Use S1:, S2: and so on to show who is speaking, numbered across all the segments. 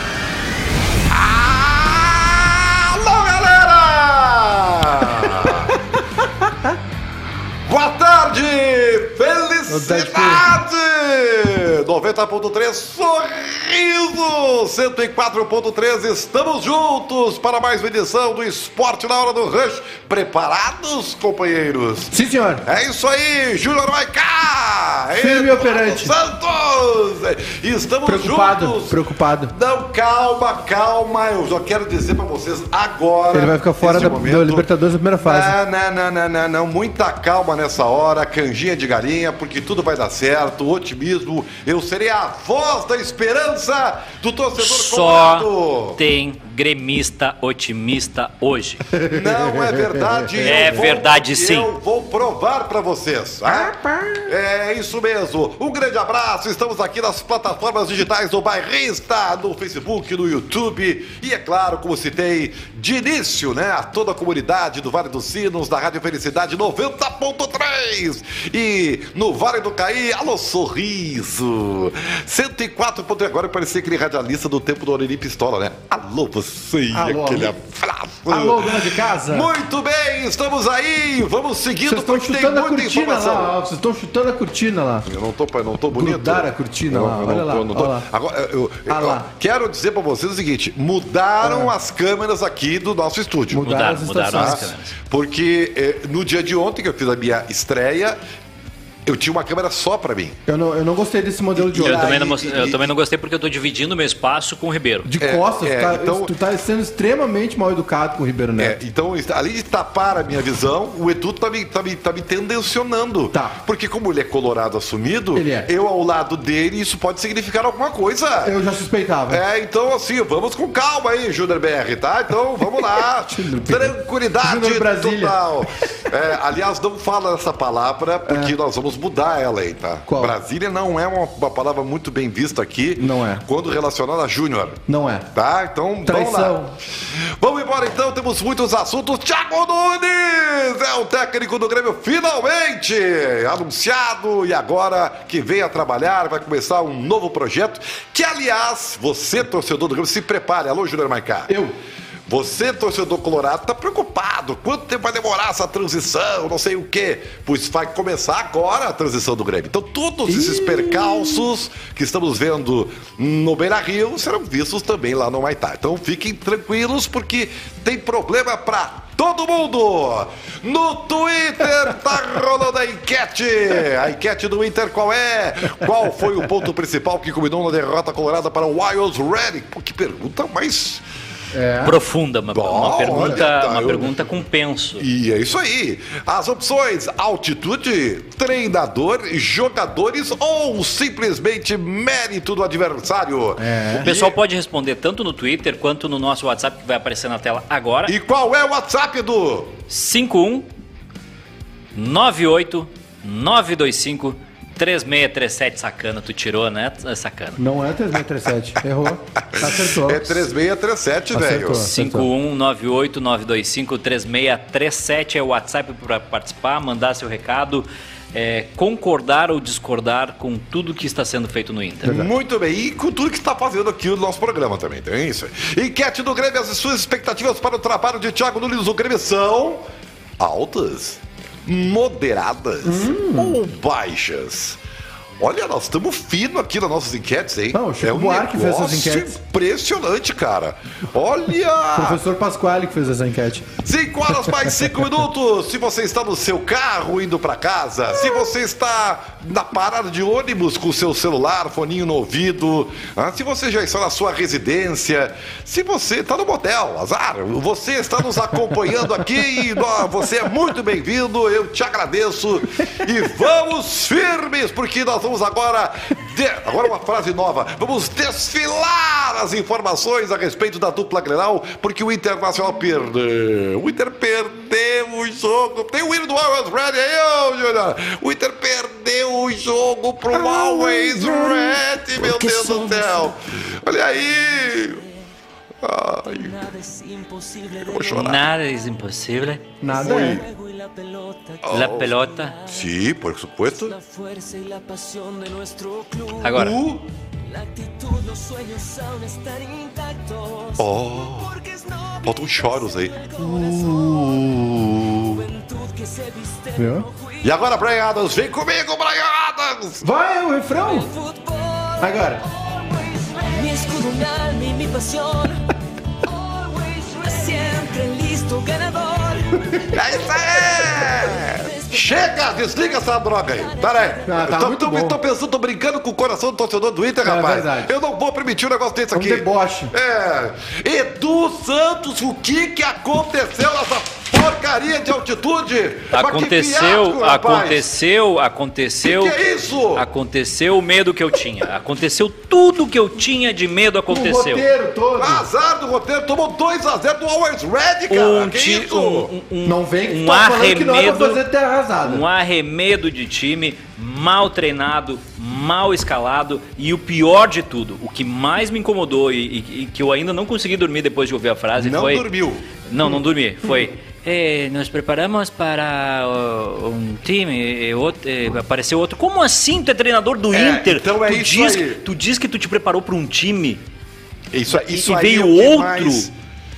S1: Cidade! 90.3 Sorriso! 104.3 Estamos juntos para mais uma edição do Esporte na Hora do Rush. Preparados, companheiros?
S2: Sim, senhor.
S1: É isso aí, Júnior Maiká!
S2: Firme e
S1: Eduardo
S2: operante.
S1: Santos! Estamos
S2: Preocupado,
S1: juntos!
S2: preocupado.
S1: Não, calma, calma. Eu só quero dizer pra vocês agora.
S2: Ele vai ficar fora
S1: nesse
S2: da- do Libertadores na primeira fase.
S1: Ah, não, não, não, não, não. Muita calma nessa hora, canjinha de galinha, porque tudo vai dar certo. Otimismo. Eu serei a voz da esperança do torcedor
S3: Só
S1: colorado.
S3: tem gremista otimista hoje.
S1: Não é verdade.
S3: É
S1: eu vou-
S3: verdade, sim.
S1: Eu vou provar pra vocês. ah? É isso mesmo. Um grande abraço. Estamos aqui nas plataformas digitais do Bairrista, no Facebook, no YouTube. E é claro, como citei de início, né? A toda a comunidade do Vale dos Sinos, da Rádio Felicidade 90.3. E no Vale do Caí, alô Sorriso. 104.3. Agora eu parecia aquele radialista do tempo do Orelhi Pistola, né? Alô, você.
S2: Alô,
S1: aquele
S2: amigo.
S1: abraço.
S2: Alô, dona de casa.
S1: Muito bem, estamos aí. Vamos seguindo
S2: Vocês estão
S1: porque tem
S2: chutando a
S1: muita
S2: cortina
S1: informação.
S2: lá, ó. Vocês estão chutando a cortina lá.
S1: Eu não tô, pa- não tô bonito.
S2: Grudaram a cortina
S1: Não,
S2: lá,
S1: eu não
S2: olha lá,
S1: tô, não tô.
S2: olha lá.
S1: Agora, eu, eu-
S2: Ah lá. Ah.
S1: quero dizer pra vocês o seguinte: mudaram as câmeras aqui do nosso estúdio. tá?
S2: Mudaram.
S3: Mudaram,
S2: as
S3: mudaram as
S2: estações.
S3: câmeras.
S1: Porque eh, no dia de ontem que eu fiz a minha estreia, eu tinha uma câmera só pra mim.
S2: Eu não, eu não gostei desse modelo de
S1: E
S3: Eu
S2: olhar.
S3: também, não,
S1: aí,
S3: mos-
S1: e-
S3: eu também não gostei porque eu tô dividindo meu espaço com o Ribeiro.
S2: De
S1: É,
S2: costas,
S1: é,
S2: tu, tá,
S1: então-
S2: tu tá sendo extremamente mal educado com o Ribeiro
S1: É,
S2: Neto.
S1: então, além de tapar a minha visão, o Edu tá me, tá me, tá me tendencionando.
S2: Tá.
S1: Porque como ele é colorado assumido,
S2: Ele é.
S1: eu ao lado dele, isso pode significar alguma coisa.
S2: Eu já suspeitava.
S1: É, então assim, vamos com calma aí, Júnior BR, tá? Então vamos lá.
S2: Júnior BR.
S1: Tranquilidade
S2: Júnior Brasília. É.
S1: total. É, aliás, não fala essa palavra porque nós vamos mudar ela aí, tá?
S2: Qual?
S1: Brasília não é uma, uma palavra muito bem vista aqui.
S2: Não é.
S1: Quando relacionada a Júnior.
S2: Não é.
S1: Tá? Então vamos lá.
S2: Traição.
S1: Vamos embora então, temos muitos assuntos. Thiago Nunes é o técnico do Grêmio, finalmente anunciado e agora que vem a trabalhar, vai começar um novo projeto. Que, aliás, você, torcedor do Grêmio, se prepare. Alô, Júnior Maicá.
S2: Eu.
S1: Você, torcedor colorado, tá preocupado. Quanto tempo vai demorar essa transição? Não sei o quê. Pois vai começar agora a transição do Grêmio. Então, todos esses percalços que estamos vendo no Beira Rio serão vistos também lá no Maitá. Então, fiquem tranquilos, porque tem problema pra todo mundo. No Twitter tá rolando a enquete. A enquete do Inter qual é? Qual foi o ponto principal que combinou na derrota colorada para o Wild Ready? Pô, que pergunta mais.
S3: Profunda, uma,
S1: É. Bom,
S3: uma pergunta,
S1: olha, tá,
S3: uma
S1: eu-
S3: pergunta com penso.
S1: E é isso aí. As opções: altitude, treinador, jogadores ou simplesmente mérito do adversário.
S3: O pessoal pode responder tanto no Twitter quanto no nosso WhatsApp que vai aparecer na tela agora.
S1: E qual é o WhatsApp do?
S3: 51 98 925 3637 sacana, tu tirou, né? Sacana.
S2: Não é 337. Errou. Acertou.
S1: É 3637, velho.
S2: Acertou.
S3: 5198-925-3637 é o WhatsApp para participar, mandar seu recado, é, concordar ou discordar com tudo que está sendo feito no Inter.
S1: Muito bem, e com tudo que está fazendo aqui no nosso programa também, tem isso. Enquete do Grêmio, as suas expectativas para o trabalho de Thiago Nunes no Grêmio são altas, moderadas
S2: Hum.
S1: ou baixas? Olha, nós estamos fino aqui nas nossas enquetes, hein? É um
S2: Não, o Chico Buarque fez essas
S1: negócio
S2: enquetes.
S1: impressionante, cara. Olha!
S2: Professor Pasquale que fez essa enquete.
S1: 5 horas mais 5 minutos. Se você está no seu carro indo para casa, se você está na parada de ônibus com o seu celular, foninho no ouvido, ah, se você já está na sua residência, se você está no motel, azar, você está nos acompanhando aqui e nó- você é muito bem-vindo, eu te agradeço e vamos firmes, porque nós vamos agora. de- Agora uma frase nova. Vamos desfilar as informações a respeito da dupla Grenal, porque o Internacional perdeu. O Inter perdeu o jogo. Tem o hino do Always Ready aí, ô Júnior. O Inter perdeu o jogo pro Always Ready, meu Deus do céu. Olha aí. Ai,
S4: Nada es imposible
S1: vou chorar.
S3: Nada é impossível.
S2: Nada é.
S4: juego y la pelota,
S3: La
S1: Oh.
S3: pelota.
S1: Sim, por supuesto.
S4: la fuerza y la pasión de nuestro club.
S3: Agora.
S1: O-
S4: La actitud, los sueños aún están intactos.
S1: Oh,
S4: Porque es noble
S1: faltam choros aí.
S4: el corazón,
S2: Viu?
S1: E agora, Brian Adams, vem comigo, Brian Carlos.
S2: Vai, é o refrão!
S4: Fútbol.
S2: Agora.
S4: Mi escudo, mi alma y mi pasión. Siempre listo, ganador.
S1: É isso aí! Chega, desliga essa droga aí. Pera aí.
S2: Ah, tá
S1: tô,
S2: muito
S1: tô-
S2: bom.
S1: tô pensando, tô brincando com o coração do torcedor do Inter,
S2: É
S1: rapaz.
S2: verdade.
S1: Eu não vou permitir um negócio desse
S2: Um
S1: aqui.
S2: deboche.
S1: É. Edu Santos, o que que aconteceu nessa porcaria de altitude? Mas que
S3: Aconteceu,
S1: fiasco, rapaz.
S3: aconteceu, aconteceu.
S1: Que que é isso?
S3: Aconteceu o medo que eu tinha. Aconteceu tudo que eu tinha de medo
S2: O
S3: aconteceu.
S2: roteiro todo.
S1: Azar do roteiro, tomou 2x0 do Always Red, cara.
S3: Um,
S1: que
S3: ti-
S1: isso?
S3: um, um, um-
S2: Não vem que
S3: um
S2: tá falando que nós vamos
S3: arremedo-
S2: fazer terra arrasada.
S3: Um arremedo de time mal treinado, mal escalado e o pior de tudo, o que mais me incomodou e, e- e que eu ainda não consegui dormir depois de ouvir a frase
S1: Não
S3: foi.
S1: dormiu.
S3: Não, não dormi. Foi. "Eh, nos preparamos para ó, um time, eh, outro, eh, apareceu outro. Como assim tu é treinador do
S1: É,
S3: Inter?
S1: então é
S3: tu,
S1: isso
S3: diz,
S1: aí.
S3: tu diz que tu te preparou para um time
S1: Isso,
S3: e,
S1: isso
S3: e
S1: aí é
S3: veio
S1: o que
S3: outro.
S1: mais-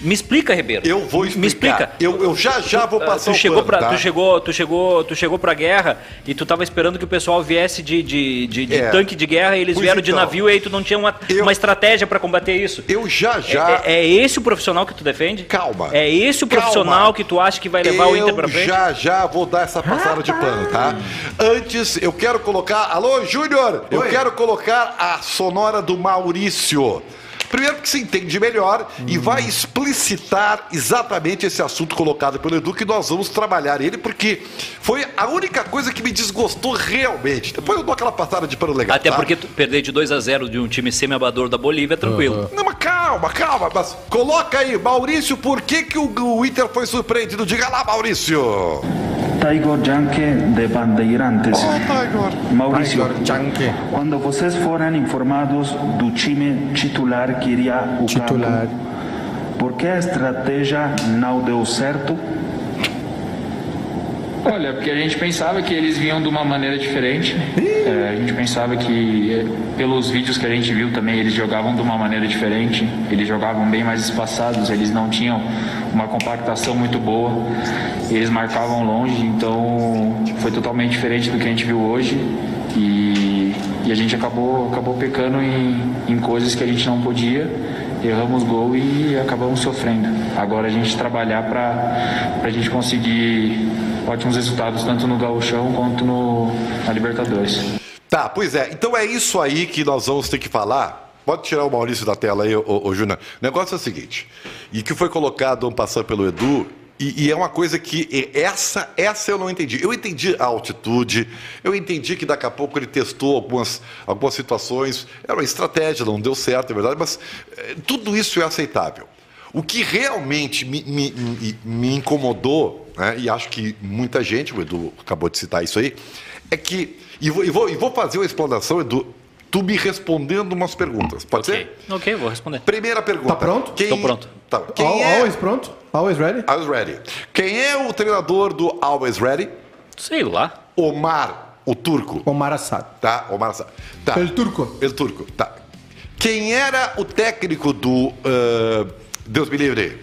S3: Me explica, Ribeiro.
S1: Eu vou explicar.
S3: Me explica.
S1: Eu, eu já já vou
S3: Ah,
S1: passar
S3: tu
S1: o
S3: chegou
S1: pano,
S3: pra,
S1: tá?
S3: tu chegou tu chegou tu chegou pra guerra e tu tava esperando que o pessoal viesse de, de, de- de
S1: É.
S3: tanque de guerra e eles
S1: Pois
S3: vieram de
S1: então.
S3: navio e aí tu não tinha uma,
S1: Eu-
S3: uma estratégia pra combater isso
S1: Eu já
S3: É-
S1: já...
S3: é, é esse o profissional que tu defende
S1: Calma.
S3: é esse o
S1: Calma.
S3: profissional que tu acha que vai levar o Inter pra frente
S1: Eu já já vou dar essa passada de pano, tá? Antes, eu quero colocar. Alô, Júnior! Eu
S2: Oi.
S1: quero colocar a sonora do Maurício. Primeiro que se entende melhor e
S3: Hum.
S1: vai explicitar exatamente esse assunto colocado pelo Edu, que nós vamos trabalhar ele, porque foi a única coisa que me desgostou realmente. Depois eu dou aquela passada de pano legal.
S3: até
S1: tá?
S3: porque tu perder de 2 a 0 de um time semi-abador da Bolívia é tranquilo
S1: Não, mas calma, calma, mas coloca aí, Maurício, por que, que o, o Inter foi surpreendido? Diga lá, Maurício!
S5: Tiger Yankee de Bandeirantes. Maurício, quando vocês foram informados do time titular que iria o
S2: Titular.
S5: campo, por que a estratégia não deu certo?
S6: Olha, porque a gente pensava que eles vinham de uma maneira diferente. É, a gente pensava que, eh, pelos vídeos que a gente viu também, eles jogavam de uma maneira diferente. Eles jogavam bem mais espaçados, eles não tinham uma compactação muito boa. Eles marcavam longe, então foi totalmente diferente do que a gente viu hoje. E, e a gente acabou, acabou pecando em, em coisas que a gente não podia. Erramos gol e acabamos sofrendo. Agora a gente trabalhar para a gente conseguir ótimos resultados tanto no Gauchão quanto no, na Libertadores.
S1: Tá, pois é. Então é isso aí que nós vamos ter que falar. Pode tirar o Maurício da tela aí, ô, ô, ô, Júnior. O negócio é o seguinte, e que foi colocado um passando pelo Edu, e, e é uma coisa que e- essa, essa eu não entendi. Eu entendi a altitude, eu entendi que daqui a pouco ele testou algumas, algumas situações, era uma estratégia, não deu certo, é verdade, mas eh, tudo isso é aceitável. O que realmente me, me- me- me incomodou, né, e acho que muita gente, o Edu acabou de citar isso aí, é que. E vou, e vou- e vou fazer uma explanação, Edu, tu me respondendo umas perguntas. Pode
S3: ok
S1: ser?
S3: ok vou responder
S1: Primeira pergunta.
S2: Tá pronto?
S1: Quem,
S3: Tô pronto.
S1: Tá, quem
S2: Al-
S1: é,
S2: Always pronto? Always ready?
S1: Always Ready. Quem é o treinador do Always Ready?
S3: sei lá
S1: Omar, o turco.
S2: Omar Assad.
S1: Tá, Omar Sa- Tá.
S2: El Turco.
S1: El turco, tá. Quem era o técnico do. ah, Deus me livre.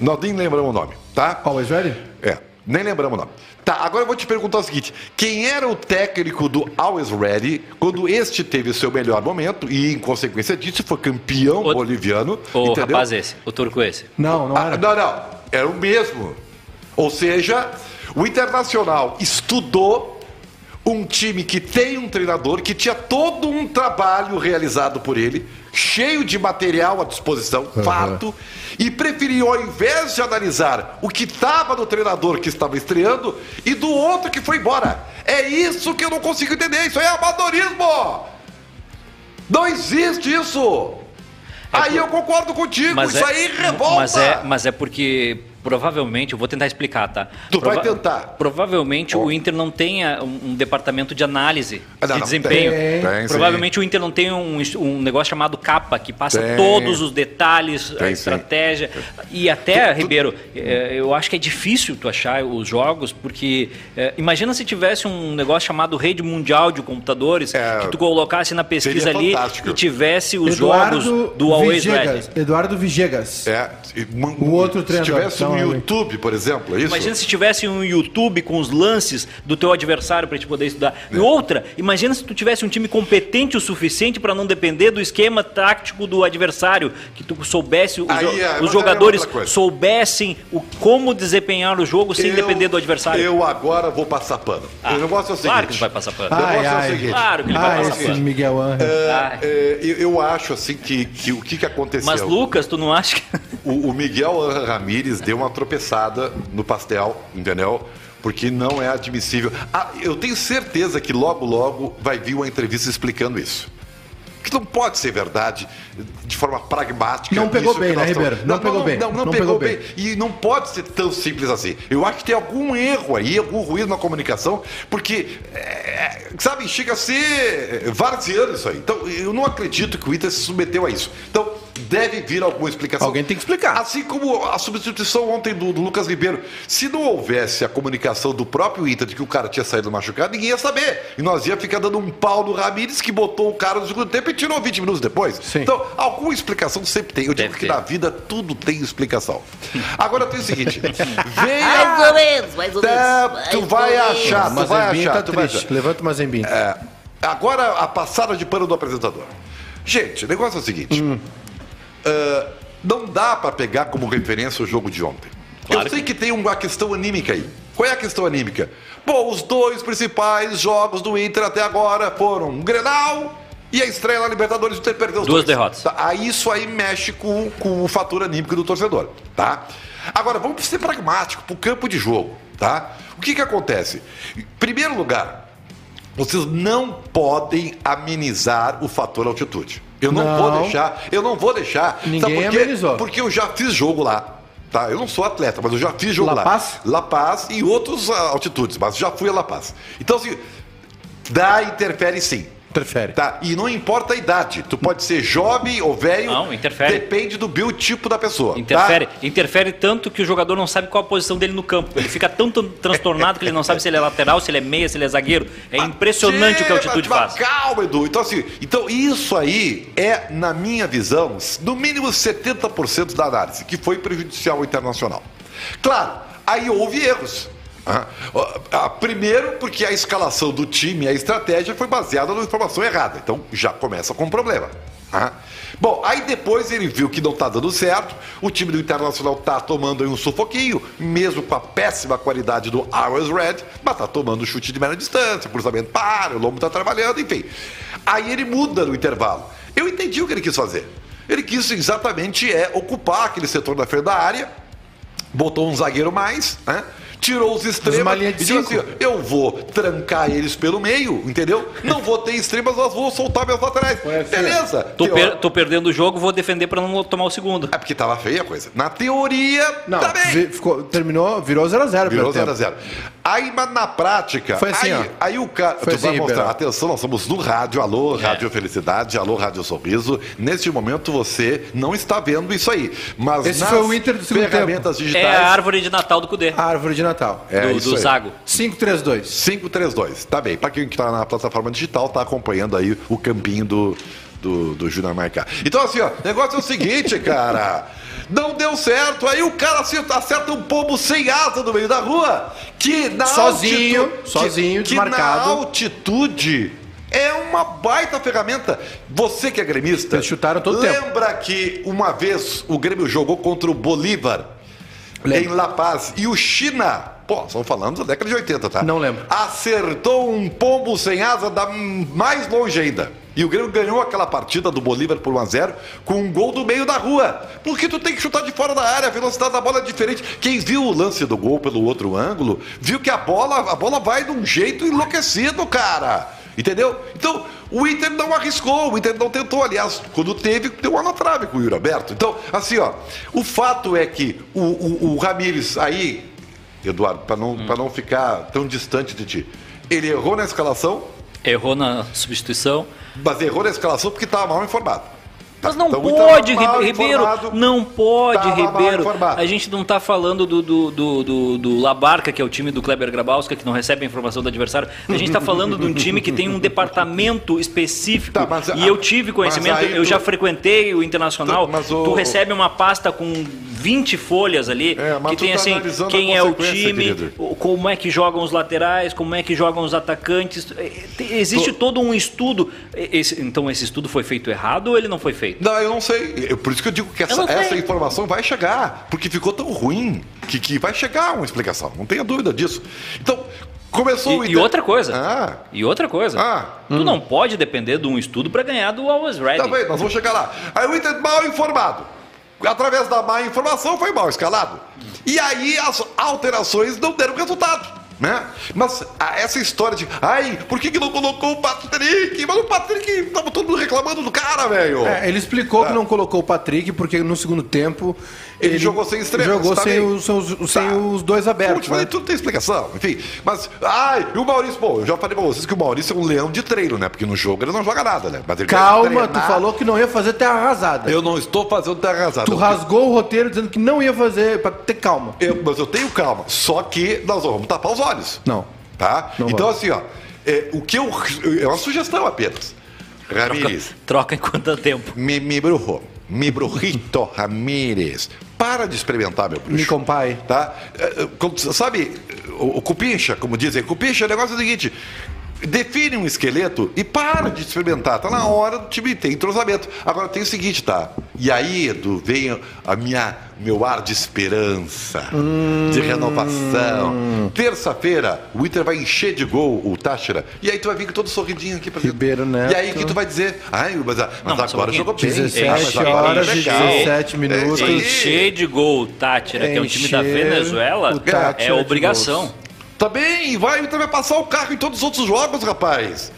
S1: Nós nem lembramos o nome, tá?
S2: Always ready?
S1: É, nem lembramos o nome. Tá, agora eu vou te perguntar o seguinte: quem era o técnico do Always Ready quando este teve seu melhor momento e, em consequência disso, foi campeão
S3: O-
S1: boliviano?
S3: o
S1: entendeu?
S3: rapaz esse o turco esse
S2: Não, não
S1: Ah,
S2: era.
S1: não, não, era o mesmo. Ou seja, o Internacional estudou um time que tem um treinador que tinha todo um trabalho realizado por ele, cheio de material à disposição, fato, e preferiu, ao invés de analisar o que estava no treinador que estava estreando e do outro que foi embora. É isso que eu não consigo entender. Isso aí é amadorismo! Não existe isso! aí eu concordo contigo, isso aí revolta!
S3: é- Mas é, mas é porque provavelmente, eu vou tentar explicar, tá?
S1: Tu vai tentar.
S3: Provavelmente o Inter não tenha um, um departamento de análise
S1: Ah, não,
S3: de
S1: não,
S3: desempenho.
S1: tem. Tem, sim.
S3: provavelmente o Inter não tem um, inst- um negócio chamado capa que passa
S1: Tem.
S3: todos os detalhes,
S1: Tem,
S3: a
S1: sim.
S3: estratégia. E até, Ribeiro, eh, eu acho que é difícil tu achar os jogos, porque eh, imagina se tivesse um negócio chamado rede mundial de computadores,
S1: É,
S3: que tu colocasse na pesquisa
S1: seria
S3: ali
S1: fantástico.
S3: e tivesse os jogos do Always Ready.
S2: Vigegas. Eduardo Vigegas.
S1: É, e mu-
S2: O outro
S1: Se
S2: treinador, então
S1: tivesse
S2: não
S1: no
S7: olha.
S1: YouTube, por exemplo, é isso?
S3: Imagina se tivesse um YouTube com os lances do teu adversário para te poder estudar. E
S1: É.
S3: outra, imagina se tu tivesse um time competente o suficiente para não depender do esquema tático do adversário, que tu soubesse, os,
S1: Aí,
S3: jo-
S1: é, mas aí
S3: os
S1: é
S3: jogadores
S1: outra coisa.
S3: soubessem o, como desempenhar o jogo sem
S1: Eu-
S3: depender do adversário.
S1: Eu agora vou passar pano.
S3: Ah,
S1: o negócio é o seguinte.
S3: claro que ele vai passar pano.
S1: O negócio
S2: Ai,
S1: é o
S2: ai.
S1: seguinte.
S3: Claro que ele vai
S2: Ah,
S3: passar
S2: esse
S3: pano.
S2: Miguel Angel.
S1: é,
S3: Ai.
S1: é, eu, eu acho assim que, que é o Tá. que, que aconteceu?
S3: Mas Lucas, tu não acha que...
S1: O, o Miguel Ramírez deu uma tropeçada no pastel, entendeu? Porque não é admissível. Ah, eu tenho certeza que logo, logo vai vir uma entrevista explicando isso. Que não pode ser verdade de forma pragmática.
S2: Não pegou
S1: isso que
S2: bem,
S1: nós
S2: né, Ribeiro? Não pegou bem.
S1: Não, não
S2: Não pegou
S1: pegou bem. E não pode ser tão simples assim. Eu acho que tem algum erro aí, algum ruído na comunicação, porque, é, sabe, chega a ser varziano isso aí. Então, eu não acredito que o Inter se submeteu a isso. Então, deve vir alguma explicação.
S2: Alguém tem que explicar.
S1: Assim como a substituição ontem do, do Lucas Ribeiro. Se não houvesse a comunicação do próprio Inter de que o cara tinha saído machucado, ninguém ia saber. E nós ia ficar dando um pau no Ramires que botou o cara no segundo tempo e tirou 20 minutos depois.
S2: Sim.
S1: Então, alguma explicação sempre tem. Eu digo
S3: Deve
S1: que
S3: ter.
S1: na vida tudo tem explicação. Agora tem o seguinte: vem. Mais ou menos, mais ou menos. Tu vai achar, tu vai
S7: Mazembinho
S1: achar,
S7: tá
S1: tu vai
S7: triste.
S1: achar.
S7: Levanta o Mazembinho.
S1: É, agora a passada de pano do apresentador. Gente, o negócio é o seguinte.
S3: Hum.
S1: Ah, não dá pra pegar como referência o jogo de ontem. Eu sei que tem uma questão anímica aí. Qual é a questão anímica? Bom, os dois principais jogos do Inter até agora foram o Grenal e a estreia na Libertadores. O Inter perdeu os
S3: Duas
S1: dois.
S3: derrotas.
S1: Tá? Aí isso aí mexe com, com o fator anímico do torcedor, tá? Agora, vamos ser pragmático pro campo de jogo, tá? O que que acontece? Em primeiro lugar, vocês não podem amenizar o fator altitude. Eu não,
S2: Não.
S1: vou deixar. Eu não vou deixar.
S2: Ninguém
S1: por quê?
S2: amenizou.
S1: Porque eu já fiz jogo lá. Tá, eu não sou atleta, mas eu já fiz jogo
S2: La
S1: lá.
S2: Paz?
S1: La Paz e outras altitudes, mas já fui a La Paz. Então, assim, dá, interfere sim.
S2: Interfere.
S1: Tá, e não importa a idade. Tu pode ser jovem ou velho.
S3: Não, interfere.
S1: Depende do biotipo da pessoa. tá?
S3: Interfere, interfere tanto que o jogador não sabe qual a posição dele no campo. Ele fica tão, tran- transtornado que ele não sabe se ele é lateral, se ele é meia, se ele é zagueiro. É impressionante o que a altitude
S1: Ah, Mas, mas
S3: faz.
S1: tipo, Calma, Edu. Então, assim, então, isso aí é, na minha visão, no mínimo 70% da análise, que foi prejudicial ao internacional. Claro, aí houve erros. Ah, ah, Primeiro, porque a escalação do time, a estratégia foi baseada na informação errada. Então já começa com um problema. Ah. Bom, aí depois ele viu que não tá dando certo, o time do Internacional tá tomando aí um sufoquinho, mesmo com a péssima qualidade do Hours Red, mas tá tomando chute de média distância, cruzamento para, o Lombo tá trabalhando, enfim. Aí ele muda no intervalo. Eu entendi o que ele quis fazer. Ele quis exatamente é ocupar aquele setor da frente da área, botou um zagueiro mais, né? Tirou os
S2: Uma
S1: extremos
S2: linha
S1: e
S2: de
S1: disse assim,
S2: cinco.
S1: ó, eu vou trancar eles pelo meio, entendeu? Não vou ter extremas, mas vou soltar meus laterais. Beleza.
S3: Tô,
S1: Teo-
S3: per- tô perdendo o jogo, vou defender pra não tomar o segundo.
S1: Tá, É porque tava feia a coisa. Na teoria,
S7: Não,
S1: tá bem.
S7: vi- ficou, terminou, virou 0x0
S1: Virou
S7: pelo
S1: 0
S7: tempo.
S1: a 0 Aí, mas na prática.
S7: Foi assim,
S1: aí,
S7: ó.
S1: aí o cara.
S7: Foi
S1: tu vai
S7: assim,
S1: mostrar.
S7: Ribeiro.
S1: Atenção, nós somos no rádio. Alô, Rádio Felicidade. Alô, Rádio Sorriso. Neste momento você não está vendo isso aí. Mas
S2: Esse
S1: nas
S2: foi o Inter do segundo
S1: ferramentas
S3: É
S1: digitais.
S3: a árvore de Natal do Cudê,
S2: A árvore de Natal.
S1: É
S3: do,
S1: isso
S3: do
S1: aí.
S3: Zago.
S2: 532.
S1: 532. Tá bem. Pra quem que tá na plataforma digital, tá acompanhando aí o campinho do, do, do Júnior Maicá. Então, assim, ó, o negócio é o seguinte, cara. Não deu certo. Aí o cara acerta, acerta um pombo sem asa no meio da rua. Que na
S2: Sozinho,
S1: altitu-
S2: sozinho,
S1: que, que na
S2: desmarcado.
S1: altitude. É uma baita ferramenta. Você que é gremista.
S2: Eles chutaram todo o tempo.
S1: Lembra que uma vez o Grêmio jogou contra o Bolívar
S2: Lembro.
S1: em La Paz e o China. Pô, estamos falando da década de 80, tá?
S2: Não lembro.
S1: Acertou um pombo sem asa da mais longe ainda. E o Grêmio ganhou aquela partida do Bolívar por 1x0 com um gol do meio da rua. Porque tu tem que chutar de fora da área, a velocidade da bola é diferente. Quem viu o lance do gol pelo outro ângulo, viu que a bola, a bola vai de um jeito enlouquecido, cara. Entendeu? Então, o Inter não arriscou, o Inter não tentou. Aliás, quando teve, deu uma na trave com o Yuri Alberto. Então, assim, ó, o fato é que o, o, o Ramires aí Eduardo, para não, pra não ficar tão distante de ti. Ele errou na escalação,
S3: Errou na substituição.
S1: mas errou na escalação porque estava mal informado.
S3: Mas não
S1: Então, então,
S3: pode,
S1: mal
S3: Ribe- Ribeiro.
S1: informado.
S3: Não pode,
S1: Tava mal
S3: Ribeiro.
S1: informado.
S3: A gente não tá falando do, do, do, do, do Labarca, que é o time do Kleber Grabowska, que não recebe a informação do adversário. A gente tá falando de um time que tem um departamento específico.
S1: Tá, mas-
S3: e eu tive
S1: mas
S3: conhecimento,
S1: aí
S3: eu
S1: tu-
S3: já frequentei o Internacional.
S1: Tu- mas o-
S3: tu recebe uma pasta com 20 folhas ali,
S1: É, mas
S3: que
S1: tu
S3: tem
S1: tá
S3: assim,
S1: analisando a
S3: quem é o
S1: consequência,
S3: time,
S1: querido.
S3: o- como é que jogam os laterais, como é que jogam os atacantes. É, é, tem- Existe todo um estudo. E- esse- então esse estudo foi feito errado ou ele não foi feito?
S1: Não, eu não sei. Eu- por isso que eu digo que essa,
S3: não sei.
S1: essa informação vai chegar, porque ficou tão ruim que, que vai chegar uma explicação. Não tenha dúvida disso. Então, começou o
S3: E, e
S1: Inter-
S3: outra coisa.
S1: Ah.
S3: E outra coisa.
S1: Ah.
S3: tu
S7: Hum.
S3: não pode depender de um estudo para ganhar do Always
S7: É
S3: Ready.
S1: Tá bem, nós vamos chegar lá. Aí o Inter mal informado. Através da má informação foi mal escalado. E aí as alterações não deram resultado. Né? Mas ah, essa história de ai, por que, que não colocou o Patrick? Mas o Patrick tava todo mundo reclamando do cara, velho.
S7: É, ele explicou que não colocou o Patrick porque no segundo tempo
S1: Tá. Ele jogou sem extremos,
S7: Jogou
S1: tá
S7: sem,
S1: bem.
S7: os, sem os- sem
S1: Tá.
S7: os dois
S1: Como eu
S7: abertos.
S1: te falei,
S7: né?
S1: tudo tem explicação, enfim. Mas, ai, e o Maurício, bom, eu já falei pra vocês que o Maurício é um leão de treino, né? Porque no jogo ele não joga nada, né? Mas ele deve
S7: Calma,
S1: treinar.
S7: tu falou que não ia fazer tá terra arrasada.
S1: Eu não estou fazendo terra arrasada.
S7: tu
S1: Eu-
S7: rasgou o roteiro dizendo que não ia fazer pra ter calma.
S1: eu- mas eu tenho calma, só que nós vamos tapar os olhos.
S7: Não.
S1: Tá?
S7: Não
S1: então,
S7: vamos.
S1: assim, ó, é, o que eu. É uma sugestão apenas. Ramírez,
S3: Troca em quanto tempo?
S1: me, me brujo. Me brujito, Ramírez. Para de experimentar, meu bruxo.
S7: Me compare.
S1: Tá? É, é, quando- Sabe, o, o cupincha, como dizem, cupincha, o negócio é o seguinte. Define um esqueleto e para de experimentar. Tá na hora do time ter entrosamento. Agora tem o seguinte, tá? E aí, Edu, vem a minha, meu ar de esperança,
S7: Hum.
S1: de renovação. Terça-feira, o Inter vai encher de gol o Táchira. E aí tu vai vir todo sorridinho aqui pra
S7: Ribeiro Neto.
S1: E aí que tu vai dizer, ai, mas, a- mas
S3: Não, mas só um
S1: agora
S3: pouquinho.
S1: jogou bem.
S7: 17
S1: Ah, mas agora
S7: horas
S1: é
S7: e
S1: legal.
S7: 17
S1: É
S7: minutos.
S1: isso aí.
S3: Encher de gol o Tátira, que é um time da
S7: Encher
S3: Venezuela,
S7: o Tátira de
S3: é obrigação.
S1: Tá bem, vai, o Inter vai passar o carro em todos os outros jogos, rapaz.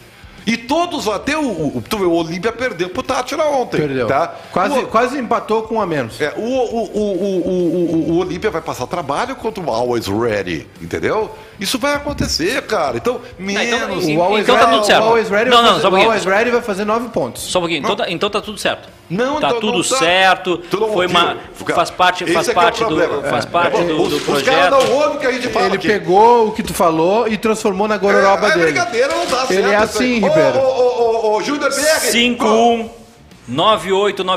S1: E todos, até o, o, tu vê, o Olímpia perdeu pro Tátira ontem.
S7: Perdeu.
S1: Tá?
S7: Quase,
S1: O,
S7: quase empatou com um a menos.
S1: é, o, o, o, o, o, o- o Olímpia vai passar trabalho contra o Always Ready, entendeu? Isso vai acontecer, cara. Então,
S3: então,
S1: menos.
S3: sim.
S7: O Always
S3: Então tá
S7: Ready-
S3: tudo certo.
S7: O Always Ready,
S3: Não,
S7: vai,
S3: não,
S7: fazer,
S3: só um
S7: o
S3: pouquinho.
S7: Always Ready vai fazer 9 pontos.
S3: Só um pouquinho, então tá, então tá tudo certo.
S1: Não,
S3: tá
S1: então
S3: tudo
S1: não tá.
S3: certo.
S1: Tu não
S3: foi uma
S1: ouviu.
S3: faz parte,
S1: Esse
S3: faz
S1: é que é o
S3: parte do,
S1: problema.
S3: faz
S1: É.
S3: parte
S1: É,
S3: do,
S1: os-
S3: do
S1: Os caras
S3: projeto.
S1: não ouvem o que a gente fala
S7: Ele
S1: aqui.
S7: pegou o que tu falou e transformou na gororoba
S1: é, é
S7: dele.
S1: brincadeira, não dá certo.
S7: Ele é
S1: isso aí.
S7: assim, Ribeiro.
S1: Ô, ô, ô, ô, ô, Júnior BR.
S3: 51